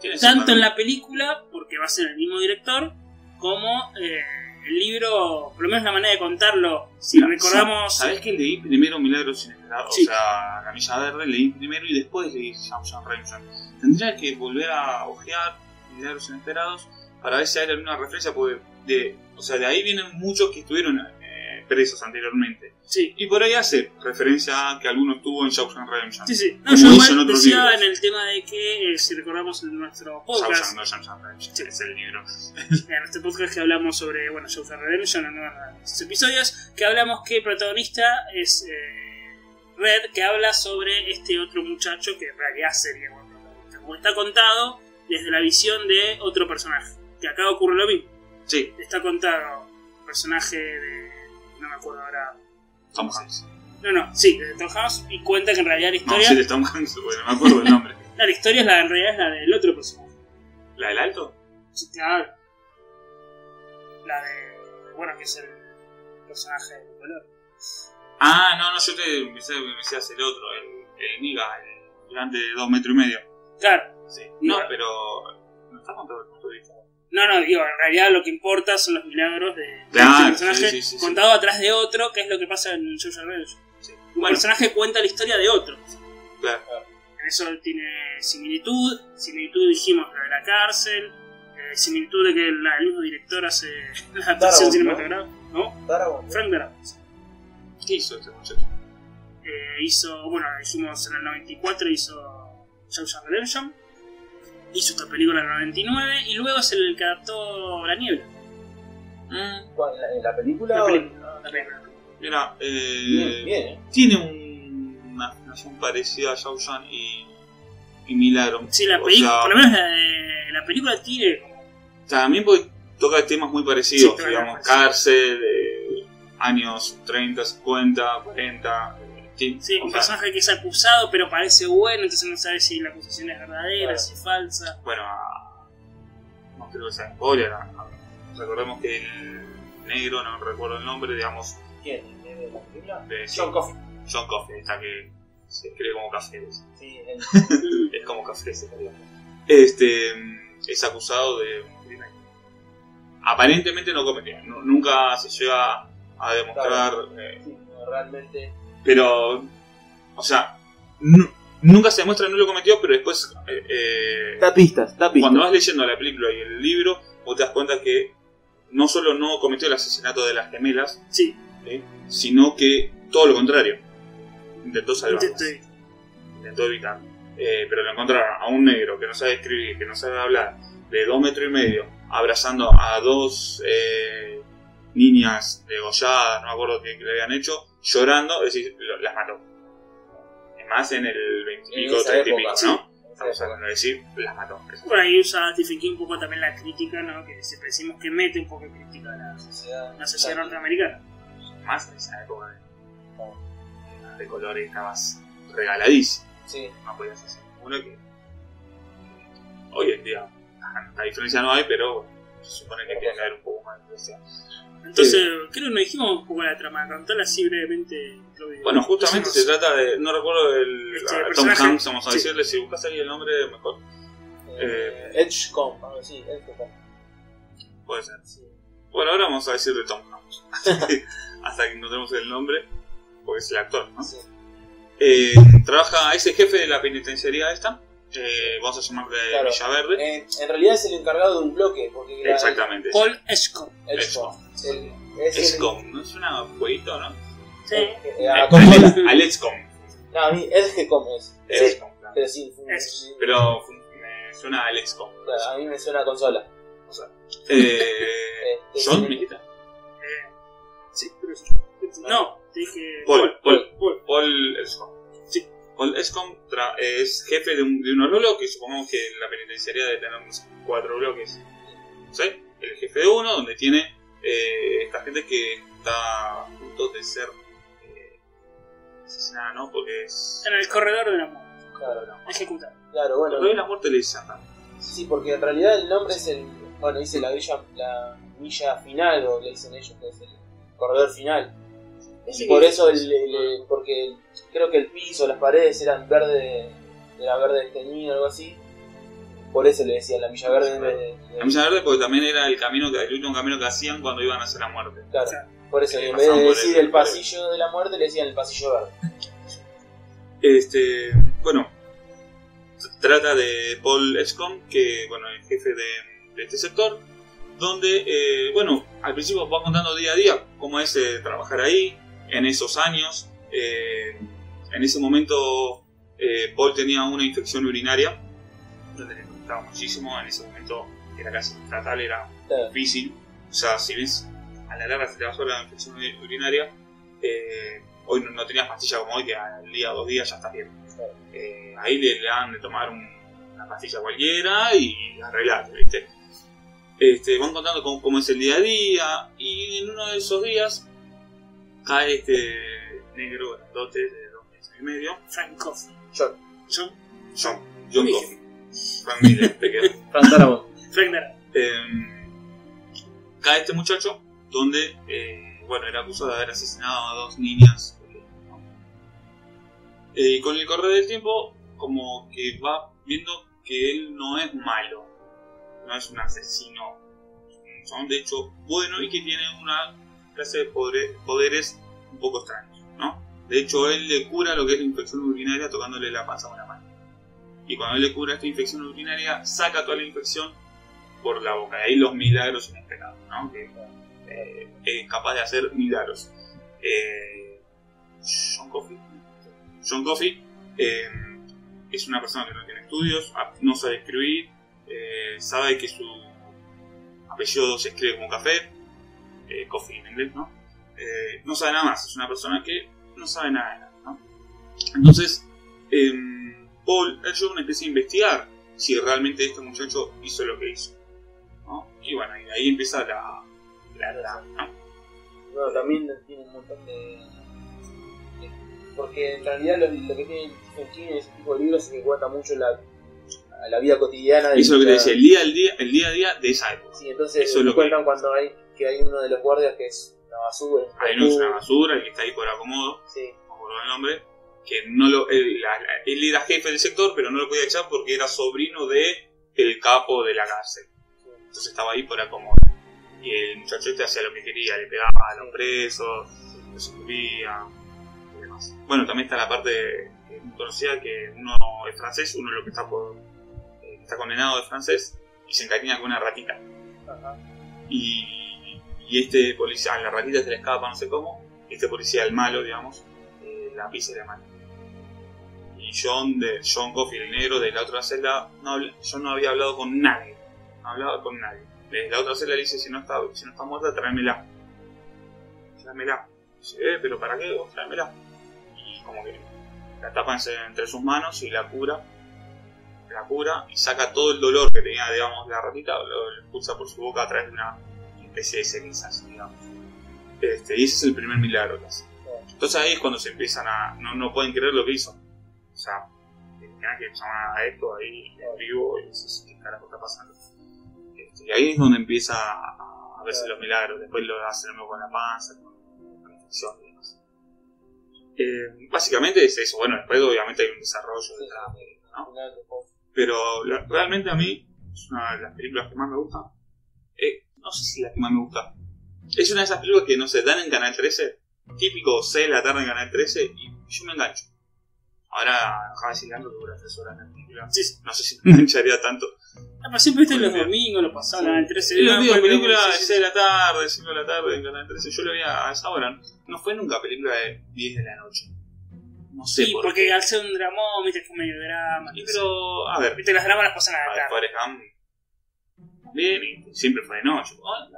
Speaker 1: Tiene ese
Speaker 2: tanto en
Speaker 1: valor.
Speaker 2: la película, porque va a ser el mismo director, como eh, el libro, por lo menos la manera de contarlo, si
Speaker 1: Mira,
Speaker 2: recordamos...
Speaker 1: ¿Sabés que leí primero Milagros Inesperados?
Speaker 2: Sí.
Speaker 1: O sea, La Milla Verde leí primero y después leí Shawshank Redemption. Tendría que volver a ojear Milagros Inesperados para ver si hay alguna referencia, porque de, o sea, de ahí vienen muchos que estuvieron eh, expresos anteriormente.
Speaker 2: Sí.
Speaker 1: Y por ahí hace referencia a que algunos tuvo en Shawshank Redemption.
Speaker 2: Sí, sí. No,
Speaker 1: Como
Speaker 2: yo
Speaker 1: hizo
Speaker 2: igual
Speaker 1: en otros
Speaker 2: decía
Speaker 1: libros.
Speaker 2: en el tema de que, eh, si recordamos en nuestro
Speaker 1: Shawshank,
Speaker 2: podcast,
Speaker 1: no Shawshank Redemption, es el libro.
Speaker 2: en este podcast que hablamos sobre, bueno, Showtime Redemption, en uno de los episodios, que hablamos que el protagonista es eh, Red, que habla sobre este otro muchacho que en realidad sería un protagonista. Como está contado desde la visión de otro personaje. Que acá ocurre lo mismo.
Speaker 1: Sí,
Speaker 2: Está contado el personaje de. No me acuerdo ahora.
Speaker 1: Tom Hanks.
Speaker 2: No, no, sí, de Tom Hanks, y cuenta que en realidad la
Speaker 1: No,
Speaker 2: historia.
Speaker 1: sí, de Tom Hanks, bueno, me acuerdo el nombre.
Speaker 2: la, la historia es la, en realidad es la del otro personaje.
Speaker 1: ¿La del alto?
Speaker 2: Sí, claro. La de. Bueno, que es el personaje de color.
Speaker 1: Ah, no, no, yo te me sé- me decías el otro, el, el Niga, el gigante de dos metros y medio.
Speaker 2: Claro.
Speaker 1: Sí. No,
Speaker 2: Niga.
Speaker 1: pero. No está contado el punto de vista.
Speaker 2: No, no, digo, en realidad lo que importa son los milagros de, de
Speaker 1: Claro,
Speaker 2: ese personaje
Speaker 1: sí, sí, sí,
Speaker 2: contado atrás de otro, que es lo que pasa en Jojo Rabbit.
Speaker 1: Sí.
Speaker 2: Un
Speaker 1: Bueno,
Speaker 2: personaje cuenta la historia de otro.
Speaker 1: Claro.
Speaker 2: En eso tiene similitud. Similitud dijimos la de la cárcel. eh, similitud de que la- el mismo director hace la adaptación
Speaker 3: ¿no?
Speaker 2: cinematográfica. ¿No?
Speaker 3: Darabont.
Speaker 2: Frank Darabont.
Speaker 1: ¿qué hizo este muchacho?
Speaker 2: Eh, hizo, bueno, dijimos en el 94 hizo Shawshank Redemption, hizo esta película en el 99 y luego es el que adaptó La Niebla.
Speaker 1: Mm,
Speaker 3: ¿Cuál? ¿La, la película?
Speaker 2: La
Speaker 3: o-
Speaker 2: película. La película.
Speaker 1: mira, eh,
Speaker 3: Bien, bien, ¿eh?
Speaker 1: tiene un- una afinación parecida a Shawshank y, y Milagro.
Speaker 2: Sí, la
Speaker 1: O
Speaker 2: película,
Speaker 1: sea,
Speaker 2: por lo menos la, de- la película tiene como
Speaker 1: También porque toca temas muy parecidos,
Speaker 2: Sí,
Speaker 1: digamos,
Speaker 2: claro.
Speaker 1: cárcel, eh, años 30, 50, 40. eh,
Speaker 2: sí,
Speaker 1: o
Speaker 2: un
Speaker 1: sea,
Speaker 2: personaje que es acusado pero parece bueno, entonces no sabes si la acusación es verdadera,
Speaker 3: Claro.
Speaker 2: si es falsa.
Speaker 1: bueno, a- no creo que sea spoiler. a- a- recordemos que el negro, no recuerdo el nombre, digamos,
Speaker 3: ¿Quién? ¿El negro de la película?
Speaker 1: de
Speaker 3: John Coffey.
Speaker 1: John Coffey, está que se escribe como café, es,
Speaker 3: Sí, el-
Speaker 2: Mm.
Speaker 1: es como café ese italiano. Este mm, es acusado de un crimen. Aparentemente no cometió, nu- nunca se llega a demostrar, eh,
Speaker 3: sí, no, realmente.
Speaker 1: pero, o sea, nu- nunca se demuestra no lo cometió, pero después eh, eh,
Speaker 4: Da pistas, da pistas.
Speaker 1: cuando vas leyendo la película y el libro, vos te das cuenta que no solo no cometió el asesinato de las gemelas,
Speaker 2: Sí,
Speaker 1: sino que todo lo contrario. Intentó salvarlas,
Speaker 2: intento ir.
Speaker 1: intentó evitarlo. Eh, pero lo encontraron a un negro que no sabe escribir, que no sabe hablar, de dos metros y medio, abrazando a dos eh, niñas degolladas, no me acuerdo qué qué le habían hecho, llorando, es decir, lo- las mató. Es más en el 20
Speaker 3: En
Speaker 1: y pico,
Speaker 3: esa
Speaker 1: 30 y
Speaker 3: época,
Speaker 1: pico,
Speaker 3: sí.
Speaker 1: ¿no? Estamos hablando de decir, las mató.
Speaker 2: Por ahí usa Stephen King un poco también la crítica, ¿no? Que siempre decimos que mete un poco de crítica a la,
Speaker 3: sociedad.
Speaker 2: la sociedad norteamericana.
Speaker 1: más en esa época de, de colores estabas regaladísimo,
Speaker 3: Sí,
Speaker 1: no podías hacer uno que hoy en día la diferencia no hay, pero se supone que tiene que haber un poco más de diferencia.
Speaker 2: Entonces, creo que nos dijimos un poco la trama, contarla así brevemente. Claudio.
Speaker 1: Bueno, justamente
Speaker 2: Entonces,
Speaker 1: se trata de, no recuerdo el
Speaker 2: Este,
Speaker 1: a Tom
Speaker 2: personaje.
Speaker 1: Hanks, vamos a
Speaker 2: Sí.
Speaker 1: decirle, si buscas ahí el nombre mejor,
Speaker 3: eh, Edgecombe, algo así, Edgecombe.
Speaker 1: puede ser.
Speaker 3: Sí.
Speaker 1: Bueno, ahora vamos a decir de Tom Hanks, hasta que encontremos el nombre, porque es el actor, ¿no?
Speaker 3: Sí.
Speaker 1: Eh, trabaja, es el jefe de la penitenciaría esta, eh, vamos a llamarle
Speaker 3: Claro. Eh,
Speaker 1: Villaverde.
Speaker 3: En, en realidad es el encargado de un bloque, porque era
Speaker 1: Exactamente.
Speaker 2: Paul Esco.
Speaker 3: Edgecombe. El- es el-
Speaker 1: XCOM, ¿no suena un jueguito, no?
Speaker 2: Sí.
Speaker 3: eh,
Speaker 1: Eh,
Speaker 3: a-
Speaker 1: al- Al XCOM.
Speaker 3: No, a mí Edgecombe es.
Speaker 1: Eh, XCOM, claro.
Speaker 3: Pero sí, fue un-
Speaker 2: Es.
Speaker 1: Pero me suena al XCOM.
Speaker 3: claro, a mí me suena a consola.
Speaker 1: Eh,
Speaker 3: Este,
Speaker 1: ¿John, me dijiste?
Speaker 2: Sí, pero sí. No, te dije.
Speaker 1: Paul, Paul,
Speaker 2: Paul.
Speaker 1: Paul XCOM.
Speaker 2: Sí.
Speaker 1: Paul XCOM tra- es jefe de, un, de unos bloques, supongamos que en la penitenciaría debe tener unos cuatro bloques. ¿Sí? El jefe de uno, donde tiene eh, esta gente que está a punto de ser eh, asesinada, ¿no? Porque es...
Speaker 2: En el corredor de la muerte.
Speaker 3: Claro, no.
Speaker 2: Ejecutado.
Speaker 3: Claro,
Speaker 1: Lo
Speaker 3: bueno.
Speaker 1: de la muerte le dicen ¿no?
Speaker 3: Sí, porque en realidad el nombre es el. Bueno, dice la villa, la milla final, o le dicen ellos que es el corredor final.
Speaker 1: Sí.
Speaker 3: Por eso, el, el- el- porque el- creo que el piso, las paredes eran verde, era verde desteñido, algo así. Por eso le decían la milla verde. en vez de- de-
Speaker 1: La milla verde porque también era el camino que, el último camino que hacían cuando iban hacia la muerte.
Speaker 3: claro, por eso,
Speaker 1: Sí,
Speaker 3: en vez de
Speaker 1: eh, pasaban por
Speaker 3: decir
Speaker 1: el-
Speaker 3: el pasillo de la muerte, le decían el pasillo verde.
Speaker 1: Este, bueno, se trata de Paul Escom, que bueno, es jefe de, de este sector, donde, eh, bueno, al principio va contando día a día cómo es eh, trabajar ahí, en esos años. Eh, en ese momento eh, Paul tenía una infección urinaria, donde le costaba muchísimo, en ese momento era casi tratar, era
Speaker 3: Claro.
Speaker 1: difícil. O sea, si ves, a la larga se te bajó la infección ur- urinaria, eh, hoy no, no tenías pastilla como hoy, que al día o dos días ya estás bien.
Speaker 3: Claro.
Speaker 1: Eh, ahí le, le dan de tomar un- una pastilla cualquiera y arreglate, ¿viste? Este, van contando cómo, cómo es el día a día y en uno de esos días cae este negro grandote de dos meses y medio.
Speaker 2: Frank Coffey.
Speaker 3: John.
Speaker 2: John
Speaker 1: John, John
Speaker 2: Sí.
Speaker 1: Coffey. Frank Miller, te quedo.
Speaker 4: Fran Darabont.
Speaker 2: Frank Darabont.
Speaker 1: Eh, cae este muchacho donde, eh, bueno, era acusado de haber asesinado a dos niñas. eh, ¿no? Eh, y con el correr del tiempo, como que va viendo que él no es malo, no es un asesino, es un chabón, de hecho bueno y que tiene una clase de podre- poderes un poco extraños, ¿no? De hecho, él le cura lo que es la infección urinaria tocándole la panza con la mano. Y cuando él le cura esta infección urinaria, saca toda la infección por la boca. De ahí los milagros inesperados, ¿no? Que eh, es capaz de hacer milagros. Eh, John Coffey. John Coffey eh, es una persona que no tiene estudios, a- no sabe escribir, eh, sabe que su apellido se escribe como café, eh, coffee en inglés, ¿no? Eh, no sabe nada más, es una persona que no sabe nada de nada, ¿no? Entonces, em, Paul ayuda una especie a investigar si realmente este muchacho hizo lo que hizo. ¿no? Y bueno, y de ahí empieza la. la, la- ¿no?
Speaker 3: Bueno, también tiene un montón de. de- Porque en realidad lo, lo que tiene Stephen King en ese tipo de libros es que cuenta mucho la, la vida cotidiana. de
Speaker 1: Eso es lo que te
Speaker 3: la-
Speaker 1: decía, el día, al día, el día a día de esa época.
Speaker 3: Sí, entonces
Speaker 1: Eso es lo que-
Speaker 3: cuentan cuando hay que hay uno de los guardias que es una basura. un
Speaker 1: Hay uno que es una
Speaker 3: pelotudo,
Speaker 1: basura, el que está ahí por acomodo,
Speaker 3: Sí,
Speaker 1: no me acuerdo el nombre, que no lo, él, la- la- él era jefe del sector, pero no lo podía echar porque era sobrino de el capo de la cárcel. Entonces estaba ahí por acomodo. Y el muchacho este hacía lo que quería, le pegaba a los presos, los subía y demás. Bueno, también está la parte eh, muy conocida que uno es francés, uno lo que está por, eh, está condenado es francés y se encariña con una ratita.
Speaker 3: ajá.
Speaker 1: Y, y este policía, a la ratita se le escapa no sé cómo, y este policía, el malo, digamos, eh, la pisa y la mata. Y John, de, John Coffey, el negro de la otra celda, no, habla- yo no había hablado con nadie, no hablaba con nadie. Desde la otra celda le dice, si no está, si no está muerta, tráemela. Tráemela. Dice, eh, pero ¿para qué? Vos tráemela. Y como que la tapa en- entre sus manos y la cura. La cura y saca todo el dolor que tenía, digamos, la ratita, lo, lo expulsa por su boca a través de una especie de cenizas, digamos. Este, y ese es el primer milagro que hace. Entonces ahí es cuando se empiezan a. No, no pueden creer lo que hizo. O sea, tenía que llamar a esto ahí en vivo y dices, ¿qué carajo está pasando? Este, y ahí es donde empieza a, a verse los milagros. Después lo hace lo mismo con la panza, con la infección y demás. Eh, básicamente es eso. Bueno, después obviamente hay un desarrollo de la, ¿no?
Speaker 3: Una vez después.
Speaker 1: pero la- realmente a mí es una de las películas que más me gusta. Eh, no sé si la que más me gusta. Es una de esas películas que no se dan en Canal 13. Típico 6 de la tarde en Canal 13 y yo me engancho. Ahora, Javi Silando que dura 3 horas la película.
Speaker 2: Sí, sí.
Speaker 1: No sé si me engancharía tanto.
Speaker 2: Ah, pero siempre viste los
Speaker 1: Sí.
Speaker 2: domingos, lo pasaban al 13
Speaker 1: Sí, los días de
Speaker 2: bueno,
Speaker 1: película
Speaker 2: sí, sí,
Speaker 1: 6 de la tarde, 5 de la tarde en Canal 13. Yo lo veía a esa hora. No fue nunca película de 10 de la noche. No sé
Speaker 2: Sí,
Speaker 1: por
Speaker 2: porque
Speaker 1: qué.
Speaker 2: al ser un dramón, viste, fue medio drama.
Speaker 1: Y
Speaker 2: no sé.
Speaker 1: Pero, a ver,
Speaker 2: Viste, las dramas las pasan a la
Speaker 1: a ver,
Speaker 2: tarde.
Speaker 1: Forrest Gump también, y siempre fue de noche. Ah,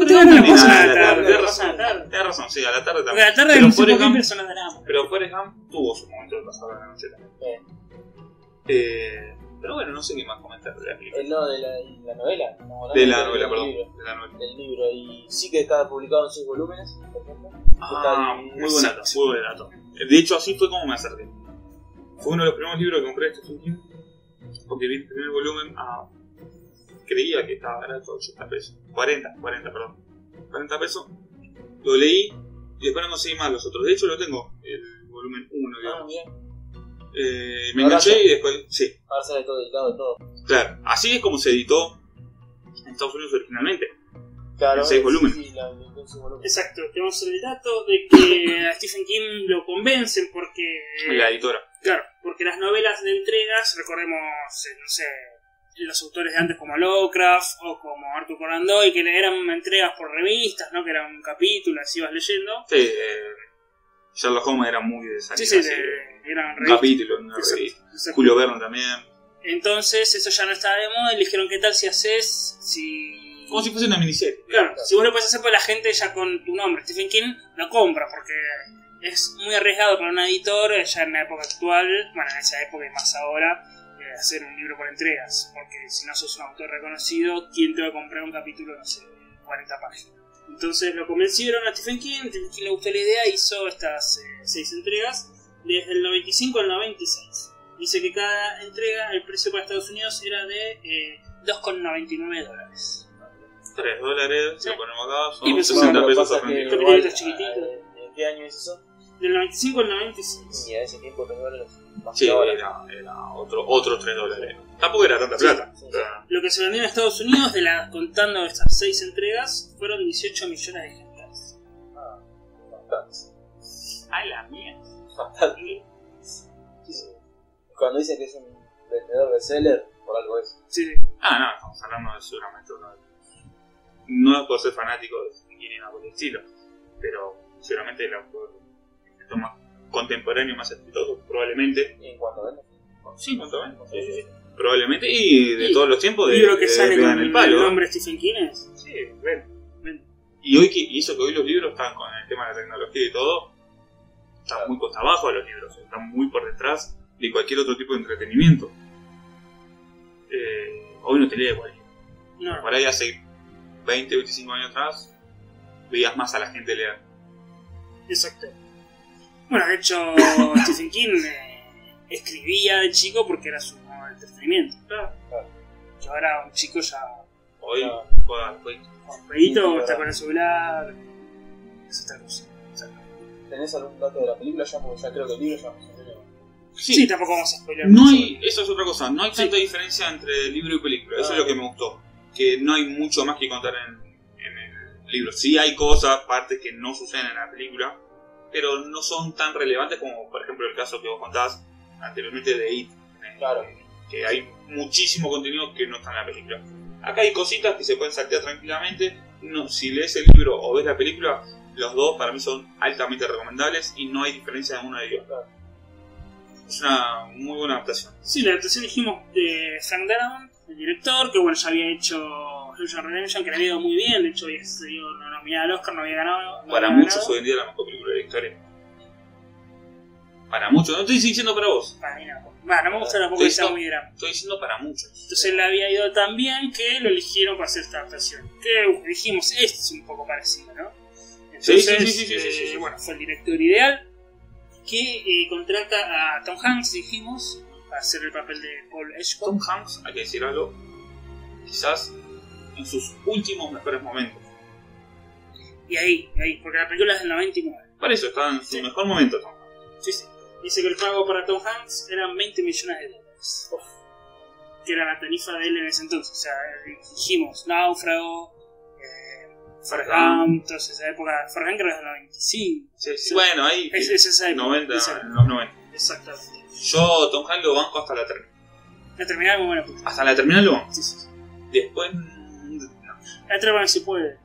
Speaker 1: Pero
Speaker 2: viste,
Speaker 1: no
Speaker 2: las
Speaker 1: entendí
Speaker 2: pasan
Speaker 1: nada
Speaker 2: a
Speaker 1: de
Speaker 2: la
Speaker 1: la
Speaker 2: tarde.
Speaker 1: tarde,
Speaker 2: Las
Speaker 1: tenés
Speaker 2: pasan a la tarde.
Speaker 1: Tenés razón, sí, a la tarde
Speaker 2: Porque
Speaker 1: también.
Speaker 2: a la tarde
Speaker 1: Pero
Speaker 2: no sé
Speaker 1: Forrest
Speaker 2: por qué
Speaker 1: Gump-
Speaker 2: empiezan los dramas.
Speaker 1: Pero Forrest Gump tuvo su momento de pasar la noche también.
Speaker 3: Eh,
Speaker 1: Eh, pero bueno, no sé qué más comentar de la película.
Speaker 3: el Eh, no, de la, la novela. estamos hablando
Speaker 1: De la
Speaker 3: del
Speaker 1: novela, perdón.
Speaker 3: libro,
Speaker 1: De la novela.
Speaker 3: Del libro. Y sí que está publicado en 6 volúmenes, por ejemplo.
Speaker 1: Ah, muy buen dato,
Speaker 3: Sí.
Speaker 1: muy buen dato. De hecho, así fue como me acerqué. Fue uno de los primeros libros que compré de Stephen King, porque vi el primer volumen a... Creía que estaba barato, 80 pesos. 40, 40, perdón. 40 pesos. Lo leí y después no conseguí más los otros. De hecho, lo tengo, el volumen 1,
Speaker 3: Ah,
Speaker 1: digamos.
Speaker 3: bien.
Speaker 1: Eh, me
Speaker 3: Ahora
Speaker 1: enganché
Speaker 3: ya.
Speaker 1: y después... Sí.
Speaker 3: Ahora sale todo editado y todo.
Speaker 1: Claro, así es como se editó en Estados Unidos originalmente.
Speaker 3: Claro.
Speaker 1: En seis
Speaker 3: sí,
Speaker 1: volúmenes.
Speaker 3: Sí, la, en seis volúmenes.
Speaker 2: Exacto, tenemos el dato de que a Stephen King lo convencen porque.
Speaker 1: La editora.
Speaker 2: Claro, porque las novelas de entregas, recordemos, eh, no sé, los autores de antes como Lovecraft o como Arthur Conan Doyle, que eran entregas por revistas, ¿no? Que eran capítulos, ibas leyendo.
Speaker 1: Sí, eh, Sherlock Holmes era muy de salir
Speaker 2: Sí, sí,
Speaker 1: así,
Speaker 2: de- eran
Speaker 1: un
Speaker 2: revistas.
Speaker 1: capítulo, una
Speaker 2: Exacto,
Speaker 1: revista.
Speaker 2: exacto.
Speaker 1: Julio Verne también.
Speaker 2: Entonces, eso ya no estaba de moda y le dijeron, ¿qué tal si haces? Si...
Speaker 1: Como si fuese una miniserie.
Speaker 2: Claro, si vos lo puedes hacer para la gente ya con tu nombre, Stephen King lo compra porque es muy arriesgado para un editor eh, ya en la época actual, bueno, en esa época y más ahora, eh, hacer un libro por entregas. Porque si no sos un autor reconocido, ¿quién te va a comprar un capítulo, no sé, de 40 páginas? Entonces lo convencieron a Stephen King, Stephen King le gustó la idea, hizo estas eh, seis entregas desde el 95 al 96. Dice que cada entrega, el precio para Estados Unidos era de eh, 2,99 dólares.
Speaker 1: 3 dólares, si
Speaker 2: Sí.
Speaker 1: lo ponemos acá,
Speaker 2: Y
Speaker 1: son
Speaker 2: pues,
Speaker 1: 60
Speaker 3: lo que
Speaker 1: pesos
Speaker 3: pasa es que
Speaker 1: argentinos.
Speaker 3: igual,
Speaker 2: Capítulos chiquititos.
Speaker 3: ah, ¿En qué año es eso?
Speaker 2: Del 95 al 96.
Speaker 3: Y a ese tiempo tres dólares. Más
Speaker 1: Sí,
Speaker 3: que ahora.
Speaker 1: era, era otro, otro 3 dólares. Tampoco era tanta plata.
Speaker 3: Sí, sí.
Speaker 1: O sea,
Speaker 2: Lo que se vendió en Estados Unidos, de las contando estas seis entregas, fueron 18 millones de ejemplares.
Speaker 3: Ah, bastante.
Speaker 2: A Ah, la mierda.
Speaker 3: Bastante. Sí. Cuando dicen que es un vendedor bestseller, por algo es.
Speaker 2: Sí, sí.
Speaker 1: Ah, no, estamos hablando de seguramente uno de No es por ser fanático de Stephen King ni nada por el estilo, pero seguramente el autor el escritor más contemporáneo, más exitoso, probablemente.
Speaker 3: Y en cuanto vende,
Speaker 1: Sí, cuanto menos, sí, sí, sí. Probablemente, y de
Speaker 2: Y-
Speaker 1: todos los tiempos, de,
Speaker 2: Y lo que
Speaker 1: de-
Speaker 2: sale
Speaker 1: de
Speaker 2: con
Speaker 1: Dan
Speaker 2: el,
Speaker 1: Eh, el palo.
Speaker 2: nombre Stephen King es.
Speaker 1: Sí, bueno.
Speaker 2: Ven.
Speaker 1: Y hoy que- y eso que hoy los libros están con el tema de la tecnología y todo, están muy costa abajo los libros, están muy por detrás de cualquier otro tipo de entretenimiento. Eh, hoy no te lee cualquier.
Speaker 2: No,
Speaker 1: Por ahí hace 20, 25 años atrás, veías más a la gente leer.
Speaker 2: exacto. Bueno, de hecho, Stephen King eh, escribía de chico porque era su modo de entretenimiento.
Speaker 1: Claro.
Speaker 2: Y ahora un chico ya
Speaker 1: Hoy,
Speaker 3: No.
Speaker 1: joda, hoy-
Speaker 2: con pedito,
Speaker 3: Sí,
Speaker 2: está
Speaker 3: claro.
Speaker 2: con el celular. Es otra cosa. Exacto.
Speaker 3: ¿tenés algún dato de la película ya? Porque ya creo que el libro ya me salió.
Speaker 2: Sí, tampoco vamos a spoiler.
Speaker 1: No
Speaker 2: mucho.
Speaker 1: hay, eso es otra cosa, no hay
Speaker 2: Sí.
Speaker 1: tanta diferencia entre libro y película, eso
Speaker 3: Ah.
Speaker 1: es lo que me gustó, que no hay mucho más que contar en, en el libro. Sí hay cosas, partes que no suceden en la película, pero no son tan relevantes como por ejemplo el caso que vos contás anteriormente de It, eh,
Speaker 3: Claro.
Speaker 1: que hay muchísimo contenido que no está en la película. Acá hay cositas que se pueden saltear tranquilamente, no, si lees el libro o ves la película, los dos para mí son altamente recomendables y no hay diferencia en uno de ellos.
Speaker 3: Claro.
Speaker 1: Es una muy buena adaptación.
Speaker 2: Sí, la adaptación dijimos de Frank Darabont, el director, que bueno, ya había hecho Redemption Redemption, que le había ido muy bien, de hecho había sido nominada al Oscar, no había ganado. no
Speaker 1: Para
Speaker 2: había
Speaker 1: muchos
Speaker 2: ganado.
Speaker 1: hoy en día la mejor película de la historia. Para muchos, no estoy diciendo para vos,
Speaker 2: Para mí no. Bueno, no me gusta tampoco que sea muy drama.
Speaker 1: estoy diciendo para muchos.
Speaker 2: Entonces le había ido tan bien que lo eligieron para hacer esta adaptación. Que dijimos, este es un poco parecido, ¿no?
Speaker 1: Sí, sí,
Speaker 2: Entonces,
Speaker 1: sí, sí, sí, sí, sí,
Speaker 2: eh,
Speaker 1: sí.
Speaker 2: bueno, fue el director ideal que eh, contrata a Tom Hanks, dijimos, para hacer el papel de Paul Edgecombe.
Speaker 1: Tom Hanks, hay que decir algo, quizás en sus últimos mejores momentos.
Speaker 2: Y ahí, y ahí, porque la película es del 99.
Speaker 1: Para eso está en su
Speaker 2: Sí.
Speaker 1: mejor momento Tom Hanks.
Speaker 2: Sí, sí. Dice que el pago para Tom Hanks eran 20 millones de dólares. Que era la tarifa de él en ese entonces. O sea, eh, dijimos Náufrago, eh, Forrest Gump, entonces esa época. Forrest Gump era de 95.
Speaker 1: Sí, sí.
Speaker 2: Sí.
Speaker 1: Bueno, ahí
Speaker 2: Es, es esa época.
Speaker 1: 90,
Speaker 2: Esa-
Speaker 1: en los 90.
Speaker 2: exactamente.
Speaker 1: Yo Tom Hanks lo banco hasta la terminal.
Speaker 2: La terminal muy buena. puta.
Speaker 1: Hasta la terminal lo banco.
Speaker 2: Sí, sí. sí.
Speaker 1: Después mm, no,
Speaker 2: La terminal no se puede.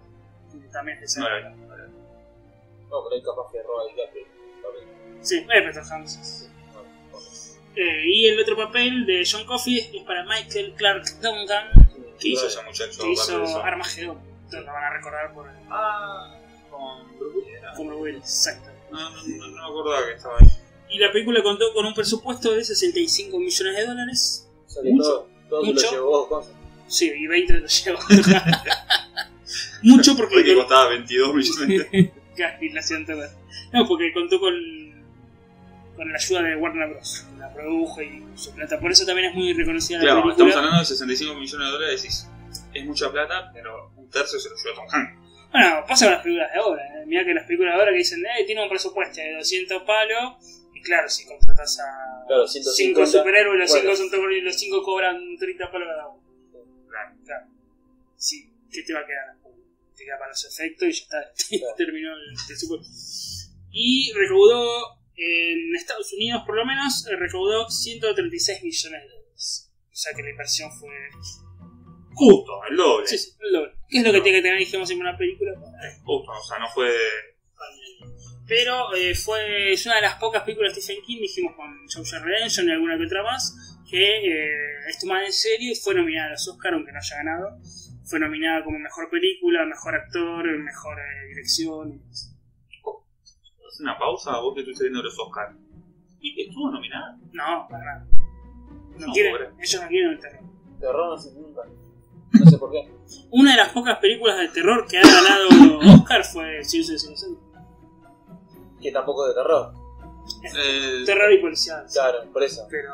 Speaker 2: También es de
Speaker 1: no
Speaker 2: esa
Speaker 1: la
Speaker 2: época.
Speaker 1: vi.
Speaker 3: No, pero ahí capaz que roba el DiCaprio. También.
Speaker 2: Sí, eh, pero Tom Hanks. sí. Eh, y el otro papel de John Coffey es para Michael Clark Duncan,
Speaker 1: ¿Qué hizo ese muchacho?
Speaker 2: que
Speaker 1: aparte de eso?
Speaker 2: hizo Armagedón. Entonces lo van a recordar por el
Speaker 1: Ah, con Bruce Willis era.
Speaker 2: como Will, exacto.
Speaker 1: No, no, no, no me acordaba que estaba ahí.
Speaker 2: Y la película contó con un presupuesto de 65 millones de dólares.
Speaker 3: Sobre
Speaker 1: Mucho.
Speaker 3: todo, todo se
Speaker 2: Mucho.
Speaker 3: lo llevó Gonza.
Speaker 2: Sí, y 20 lo llevó. Mucho porque.
Speaker 1: Porque costaba 22 millones.
Speaker 2: Casi la hacían tocar. No, porque contó con. con la ayuda de Warner Bros. que La produjo y su plata. Por eso también es muy reconocida la
Speaker 1: claro,
Speaker 2: película.
Speaker 1: estamos hablando de 65 millones de dólares, decís, es mucha plata, pero un tercio se lo llevó Tom Hanks.
Speaker 2: Bueno, pasa con las películas de ahora. eh. Mirá que las películas de ahora que dicen, eh, tiene un presupuesto de 200 palos. Y claro, si contratas a.
Speaker 3: Claro,
Speaker 2: 5
Speaker 3: 150.
Speaker 2: superhéroes, los 5
Speaker 3: Bueno.
Speaker 2: son terroristas y los 5 cobran 30 palos cada uno. Claro, claro. Sí, ¿qué te va a quedar? Te queda para los efectos y ya está.
Speaker 3: Claro.
Speaker 2: Terminó el presupuesto. Y recaudó, en Estados Unidos por lo menos, eh, recaudó 136 millones de dólares. O sea que la inversión fue.
Speaker 1: Justo, el doble.
Speaker 2: Sí, sí, el doble. ¿Qué es lo que tiene que tener, dijimos, en una película?
Speaker 1: Justo, o sea, no fue.
Speaker 2: Pero eh, fue, es una de las pocas películas de Stephen King, dijimos con Shawshank Redemption y alguna que otra más, que eh, es tomada en serio y fue nominada a los Oscar, aunque no haya ganado. Fue nominada como mejor película, mejor actor, mejor eh, dirección.
Speaker 1: Haz una pausa, vos que estuviste viendo los Oscars. ¿Y estuvo nominada?
Speaker 2: No, para nada. No
Speaker 1: No,
Speaker 2: quieren,
Speaker 1: pobre.
Speaker 2: ellos no quieren el terror.
Speaker 3: Terror no se nunca. No sé por qué.
Speaker 2: Una de las pocas películas de terror que ha ganado Oscar fue Silence Inocente.
Speaker 3: Que tampoco es de terror.
Speaker 1: Eh,
Speaker 2: Terror y policial.
Speaker 3: Claro, por eso.
Speaker 2: Pero.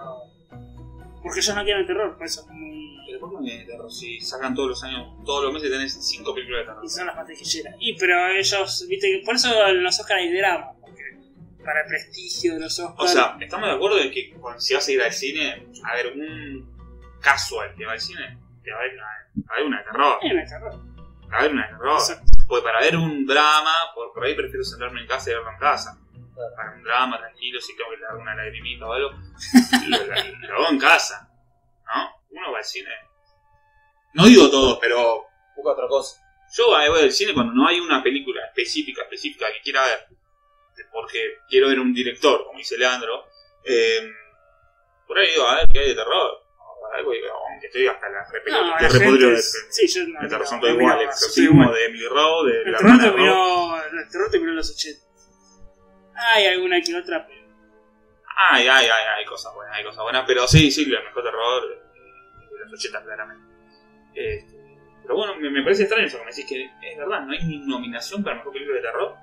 Speaker 2: Porque ellos no quieren el terror, por eso es muy.
Speaker 1: pero ¿por qué no viene de terror? Si sacan todos los años, todos los meses tenés cinco películas de terror.
Speaker 2: Y son las más tejilleras. Y pero ellos, viste, que por eso en los Oscar hay drama, porque para el prestigio de los Oscar.
Speaker 1: O sea, estamos de acuerdo de que cuando- si vas a ir al cine, a ver un casual que va al cine, te va a ver una, a ver una de terror.
Speaker 2: Eh, en el terror.
Speaker 1: A ver una de terror.
Speaker 2: Exacto.
Speaker 1: Pues para ver un drama, por, por ahí prefiero sentarme en casa y verlo en casa. Para un drama, tranquilo, si tengo que dar una lagrimita o algo, lo, lo- lo hago en casa. ¿No? Uno va al cine. No digo todo, pero
Speaker 3: Busca otra cosa.
Speaker 1: yo eh, voy al cine cuando no hay una película específica, específica que quiera ver, porque quiero ver un director, como dice Leandro. eh, por ahí digo, a ver qué hay de terror. O para algo digo, aunque estoy hasta la
Speaker 2: No,
Speaker 1: repelota,
Speaker 2: la gente
Speaker 1: repodrio de,
Speaker 2: es- Sí, yo no.
Speaker 1: de terror, son
Speaker 2: no,
Speaker 1: todos
Speaker 2: no,
Speaker 1: iguales,
Speaker 2: no,
Speaker 1: el
Speaker 2: sí,
Speaker 1: exorcismo
Speaker 2: igual.
Speaker 1: de Emily Rowe, de
Speaker 2: El
Speaker 1: la
Speaker 2: terror
Speaker 1: hermana de Rowe.
Speaker 2: terminó. El terror terminó en los 80. Hay alguna que otra, pero.
Speaker 1: Ay, ay, ay, hay cosas buenas, hay cosas buenas, pero sí, sí, el mejor terror eh, de los 80 claramente. Este, pero bueno, me, me parece extraño eso que me decís que es verdad, no hay ni nominación para mejor película de terror.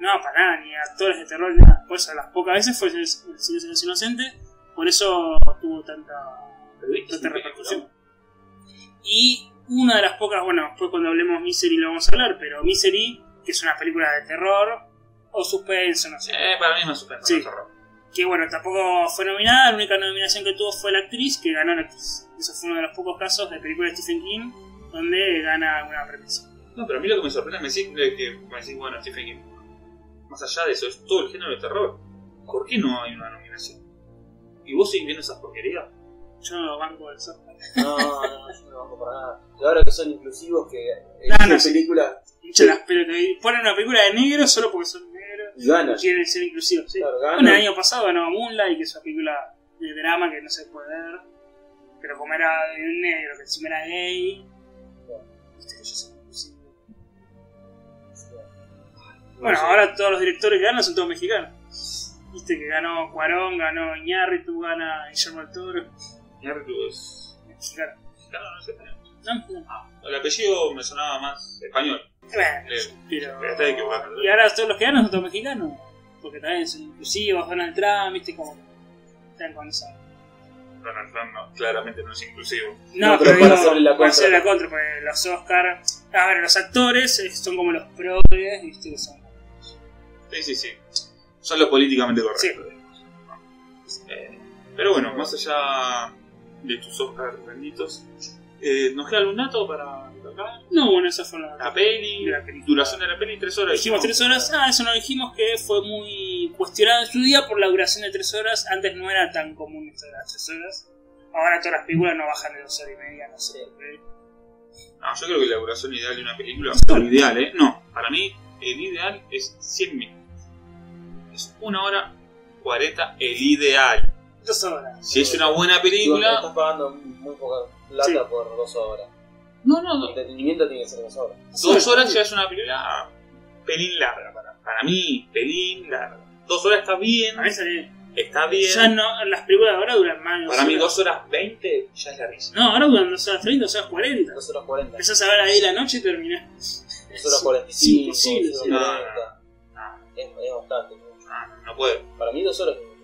Speaker 2: No, para nada, ni actores de terror, ni nada. Por eso las pocas veces fue el silencio de los inocentes. Por eso tuvo tanta
Speaker 1: Pero es
Speaker 2: tanta
Speaker 1: un
Speaker 2: repercusión. Y una de las pocas, bueno, después cuando hablemos Misery lo vamos a hablar, pero Misery, que es una película de terror o suspenso, no sé.
Speaker 1: Eh, para mí es más suspenso
Speaker 2: Sí.
Speaker 1: el terror.
Speaker 2: Que bueno, tampoco fue nominada, la única nominación que tuvo fue la actriz que ganó la actriz. Eso fue uno de los pocos casos de película de Stephen King donde gana una premisa.
Speaker 1: No, pero a mí lo que me sorprende es decir, eh, que me decís, bueno, Stephen King, más allá de eso, es todo el género de terror. ¿Por qué no hay una nominación? ¿Y vos seguís viendo esas porquerías?
Speaker 2: Yo no banco del software.
Speaker 3: No, no, yo no banco para nada. Y ahora que son inclusivos, que eligen
Speaker 2: no, sí.
Speaker 3: películas
Speaker 2: Hincha las pelotas. Y Ponen una película de negro solo porque son negros
Speaker 3: y ganan.
Speaker 2: y quieren ser inclusivos. ¿sí?
Speaker 3: Claro,
Speaker 2: Bueno, el
Speaker 3: ganan.
Speaker 2: año pasado ganó Moonlight, que es una película de drama que no se puede ver. Pero como era de un negro, que encima era gay. viste, yo sé, sí. Bueno, ahora todos los directores que ganan son todos mexicanos. Viste que ganó Cuarón, ganó Iñárritu, gana Guillermo del Toro.
Speaker 1: Iñárritu es-
Speaker 2: Mexicano.
Speaker 1: claro, no sé, eh.
Speaker 2: No, no.
Speaker 1: El apellido me sonaba más español.
Speaker 2: Bueno,
Speaker 1: Eh,
Speaker 2: pero...
Speaker 1: está equivocado.
Speaker 2: Y ahora todos los que ganan son todos mexicanos. Porque también son inclusivos, Donald Trump, viste como... Están con esa...
Speaker 1: Donald Trump no, claramente no es inclusivo.
Speaker 2: No,
Speaker 3: No,
Speaker 2: pero,
Speaker 3: pero
Speaker 2: digo, para
Speaker 3: para hacerle la contra.
Speaker 2: hacerle la contra, porque los Oscar, a ver, los actores eh, son como los progres, ¿viste? que Son,
Speaker 1: Sí, sí, sí. Son lo políticamente correcto.
Speaker 2: Sí.
Speaker 1: digamos, ¿no? Eh, pero bueno, más allá de tus Oscars benditos, eh, ¿nos queda algún dato para acá?
Speaker 2: no, bueno, esa fue la,
Speaker 1: La peli,
Speaker 2: la película.
Speaker 1: duración de la peli, tres horas.
Speaker 2: Dijimos
Speaker 1: No.
Speaker 2: tres horas, ah, eso no dijimos que fue muy cuestionado en su día por la duración de tres horas, antes no era tan común esto de las tres horas. Ahora todas las películas no bajan de dos horas y media, no sé.
Speaker 1: No, Ah, yo creo que la duración ideal de una película, lo ideal, ¿eh? No, para mí el ideal es 100 minutos. Es una hora 40 el ideal.
Speaker 2: Dos horas.
Speaker 1: Si es una buena
Speaker 3: Digo,
Speaker 1: película...
Speaker 3: estás pagando muy poca plata
Speaker 2: Sí.
Speaker 3: por dos horas.
Speaker 1: No, no,
Speaker 3: El
Speaker 1: no.
Speaker 3: entretenimiento tiene que ser dos horas.
Speaker 1: Dos horas ya es una película ah, pelín larga para, para mí, pelín larga. Dos horas está bien,
Speaker 2: A mí sale-
Speaker 1: está bien.
Speaker 2: Ya no, las películas de ahora duran más. de
Speaker 1: Para mí
Speaker 2: horas.
Speaker 1: dos horas 20 ya es larguísimo.
Speaker 2: No, ahora duran dos horas treinta, dos horas cuarenta.
Speaker 3: Dos horas cuarenta.
Speaker 2: Empezás a ver ahí la noche y terminás.
Speaker 3: Dos horas cuarenta y cinco.
Speaker 2: Es imposible,
Speaker 3: dos
Speaker 2: sí.
Speaker 3: horas
Speaker 1: No, no,
Speaker 3: cuarenta.
Speaker 1: no.
Speaker 3: Es, es bastante.
Speaker 1: No, Ah, no, no puedo.
Speaker 3: Para mí dos horas es mucho.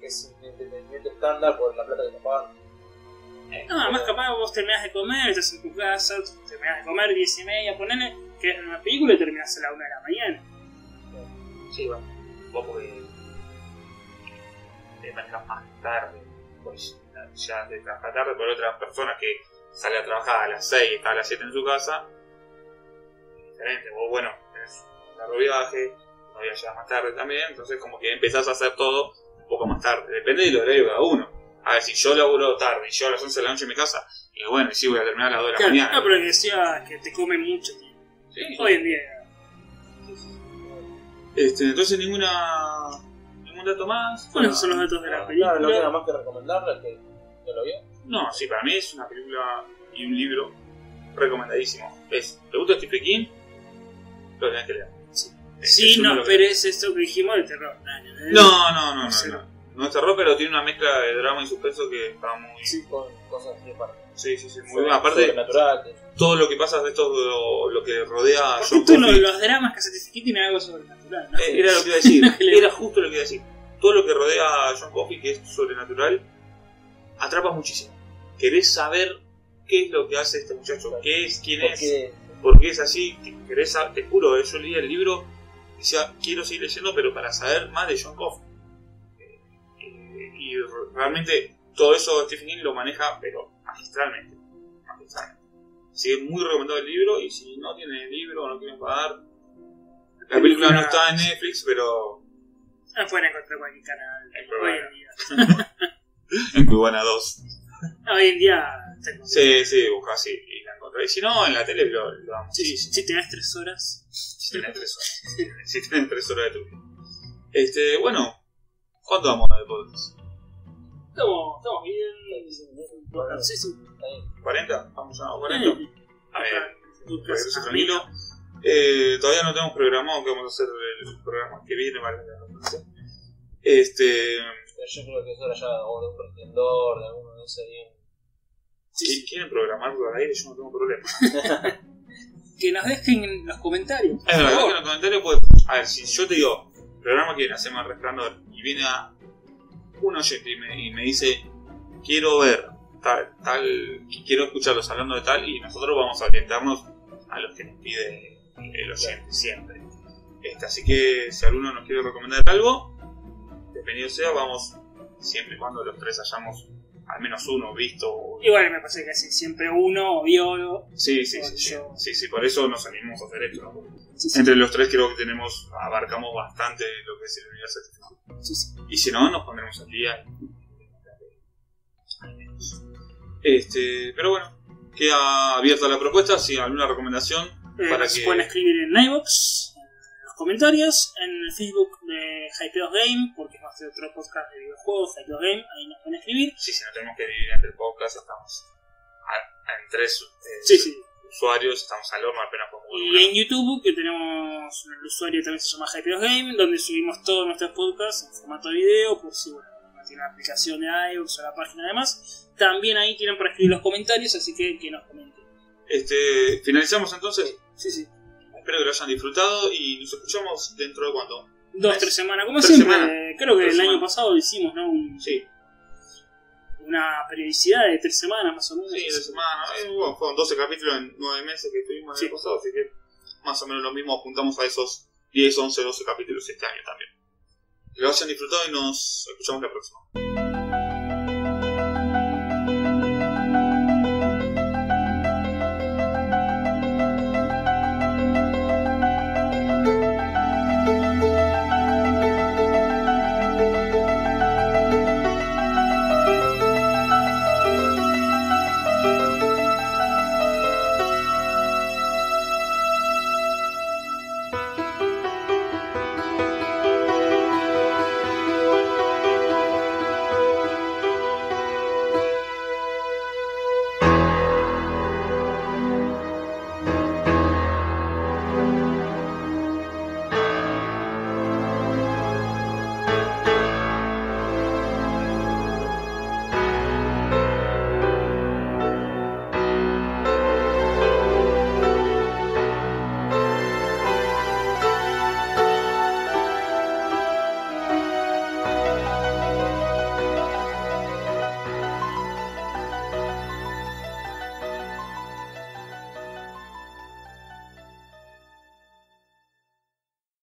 Speaker 3: es un entretenimiento estándar por la plata que estás pagando.
Speaker 2: No, además capaz vos terminás de comer, estás en tu casa, terminás de comer 10 y media, ponele, que es una película y terminás a la 1 de la mañana.
Speaker 1: Sí, va. Vos porque te marcas más tarde. Pues ya te trabajas tarde por otra persona que sale a trabajar a las 6 y está a las 7 en su casa. Diferente. Vos, bueno, tenés un largo viaje, no viajas más tarde también. Entonces, como que empezás a hacer todo un poco más tarde. Depende del horario de cada uno. A ver, si yo laburo tarde y yo a las 11 de la noche en mi casa, y bueno, sí voy a terminar a las 2 de la
Speaker 2: Claro,
Speaker 1: mañana.
Speaker 2: no, pero decía que te come mucho tiempo.
Speaker 1: Sí.
Speaker 2: Hoy en día.
Speaker 1: Este, entonces ninguna ningún dato más.
Speaker 2: Bueno, esos son los datos de la película.
Speaker 3: Claro, no queda más que recomendarla al que no lo vio.
Speaker 1: No, sí, para mí es una película y un libro recomendadísimo. Es, ¿te gusta Stephen King? Lo tenés que leer.
Speaker 2: Sí.
Speaker 1: Este,
Speaker 2: Sí,
Speaker 1: yo
Speaker 2: no
Speaker 1: lo-
Speaker 2: esperes esto que dijimos de terror. No, no, no.
Speaker 1: No, no, no, no.
Speaker 2: Sí.
Speaker 1: No, no es terror, pero tiene una mezcla de drama y suspenso que está muy. Sí,
Speaker 3: Sí, con cosas que para.
Speaker 1: sí, sí, muy buena. Aparte,
Speaker 3: Natural,
Speaker 1: todo lo que pasa de esto, lo, lo que rodea a
Speaker 2: ¿Por qué
Speaker 1: John
Speaker 2: tú no-
Speaker 1: Coffey.
Speaker 2: los dramas que certifiqué tienen algo sobrenatural? ¿no?
Speaker 1: Eh, Era lo que iba a decir,
Speaker 2: No, que le-
Speaker 1: era justo lo que iba a decir. Todo lo que rodea a John Coffey, que es sobrenatural, atrapa muchísimo. Querés saber qué es lo que hace este muchacho, qué es, quién es.
Speaker 3: porque
Speaker 1: porque es así, que querés sa- te juro, eh, yo leí el libro y decía, quiero seguir leyendo, pero para saber más de John Coffey. Eh, eh, y re- realmente todo eso Stephen King lo maneja, pero magistralmente. magistralmente. Así que muy recomendado el libro, y si no tienen el libro o no quieren pagar, la película no está en Netflix, pero
Speaker 2: Ah, pueden encontrar cualquier canal.
Speaker 1: El
Speaker 2: Hoy
Speaker 1: problema.
Speaker 2: en día.
Speaker 1: en Cubana 2.
Speaker 2: No, Ah, hoy en día. tengo-
Speaker 1: Sí, sí, buscás y, y la encontrás. Y si no, en la tele lo, lo damos.
Speaker 2: Si, si te das tres horas.
Speaker 1: Si tenés tres horas. si tenés tres horas de tu vida. Este, bueno, ¿cuánto vamos de podcast?
Speaker 2: Estamos, estamos bien. Sí, sí.
Speaker 1: ¿40? Vamos a 40.
Speaker 2: Eh,
Speaker 1: A ver,
Speaker 2: podcast
Speaker 1: regreso
Speaker 2: ameno.
Speaker 1: tranquilo. Eh, todavía no tenemos programado que vamos a hacer el programa que viene para la noticia. Este.
Speaker 3: pero yo creo que es hora ya o de un pretendor, de alguno, no sé bien.
Speaker 1: Si quieren programar por aire, yo no tengo problema.
Speaker 2: Que nos dejen en los comentarios.
Speaker 1: Es
Speaker 2: por
Speaker 1: verdad que en
Speaker 2: favor.
Speaker 1: los comentarios puede. A ver, si yo te digo, programa que hacemos el resplandor y viene a un oyente y me, y me dice, quiero ver tal, tal, quiero escucharlos hablando de tal, y nosotros vamos a orientarnos a los que nos pide el oyente siempre. Este, así que si alguno nos quiere recomendar algo, bienvenido sea, vamos siempre y cuando los tres hayamos al menos uno visto. o-
Speaker 2: Igual me parece que así siempre uno vio.
Speaker 1: Sí, sí, sí, sí,
Speaker 2: Yo-
Speaker 1: sí, sí, por eso nos animamos a hacer esto. ¿no?
Speaker 2: Sí, sí,
Speaker 1: Entre los tres creo que tenemos, abarcamos bastante lo que es el universo de Stephen King.
Speaker 2: sí, sí.
Speaker 1: Y si no, nos pondremos al día. Este, pero bueno, queda abierta la propuesta, si alguna recomendación.
Speaker 2: Eh,
Speaker 1: Para
Speaker 2: nos
Speaker 1: que-
Speaker 2: pueden escribir en iVoox, en los comentarios, en el Facebook de Hypeos Game, porque es más de otro podcast de videojuegos, Hypeos Game, ahí nos pueden escribir.
Speaker 1: Sí, si no tenemos que dividir entre podcasts, estamos a- a- en tres eh,
Speaker 2: Sí, sí.
Speaker 1: usuarios, estamos al horno apenas con
Speaker 2: Y en YouTube, que tenemos el usuario que también se llama Hypeos Game, donde subimos todos nuestros podcasts en formato de video, por si bueno, no tiene la aplicación de iVoox o la página además. También ahí tienen para escribir los comentarios, así que que nos comenten.
Speaker 1: Este, finalizamos entonces.
Speaker 2: Sí, sí.
Speaker 1: Espero que lo hayan disfrutado y nos escuchamos dentro de cuánto.
Speaker 2: Dos,
Speaker 1: Tres.
Speaker 2: tres semanas, como
Speaker 1: Tres
Speaker 2: siempre.
Speaker 1: semanas.
Speaker 2: eh, Creo que
Speaker 1: Tres
Speaker 2: el año
Speaker 1: semanas.
Speaker 2: pasado hicimos ¿no? Un-
Speaker 1: Sí,
Speaker 2: una periodicidad de tres semanas más o menos.
Speaker 1: sí, de semana. eh, bueno, fueron 12 capítulos en 9 meses que estuvimos en el
Speaker 2: Sí.
Speaker 1: pasado, así que más o menos lo mismo apuntamos a esos 10, 11, 12 capítulos este año también. Que lo hayan disfrutado y nos escuchamos la próxima.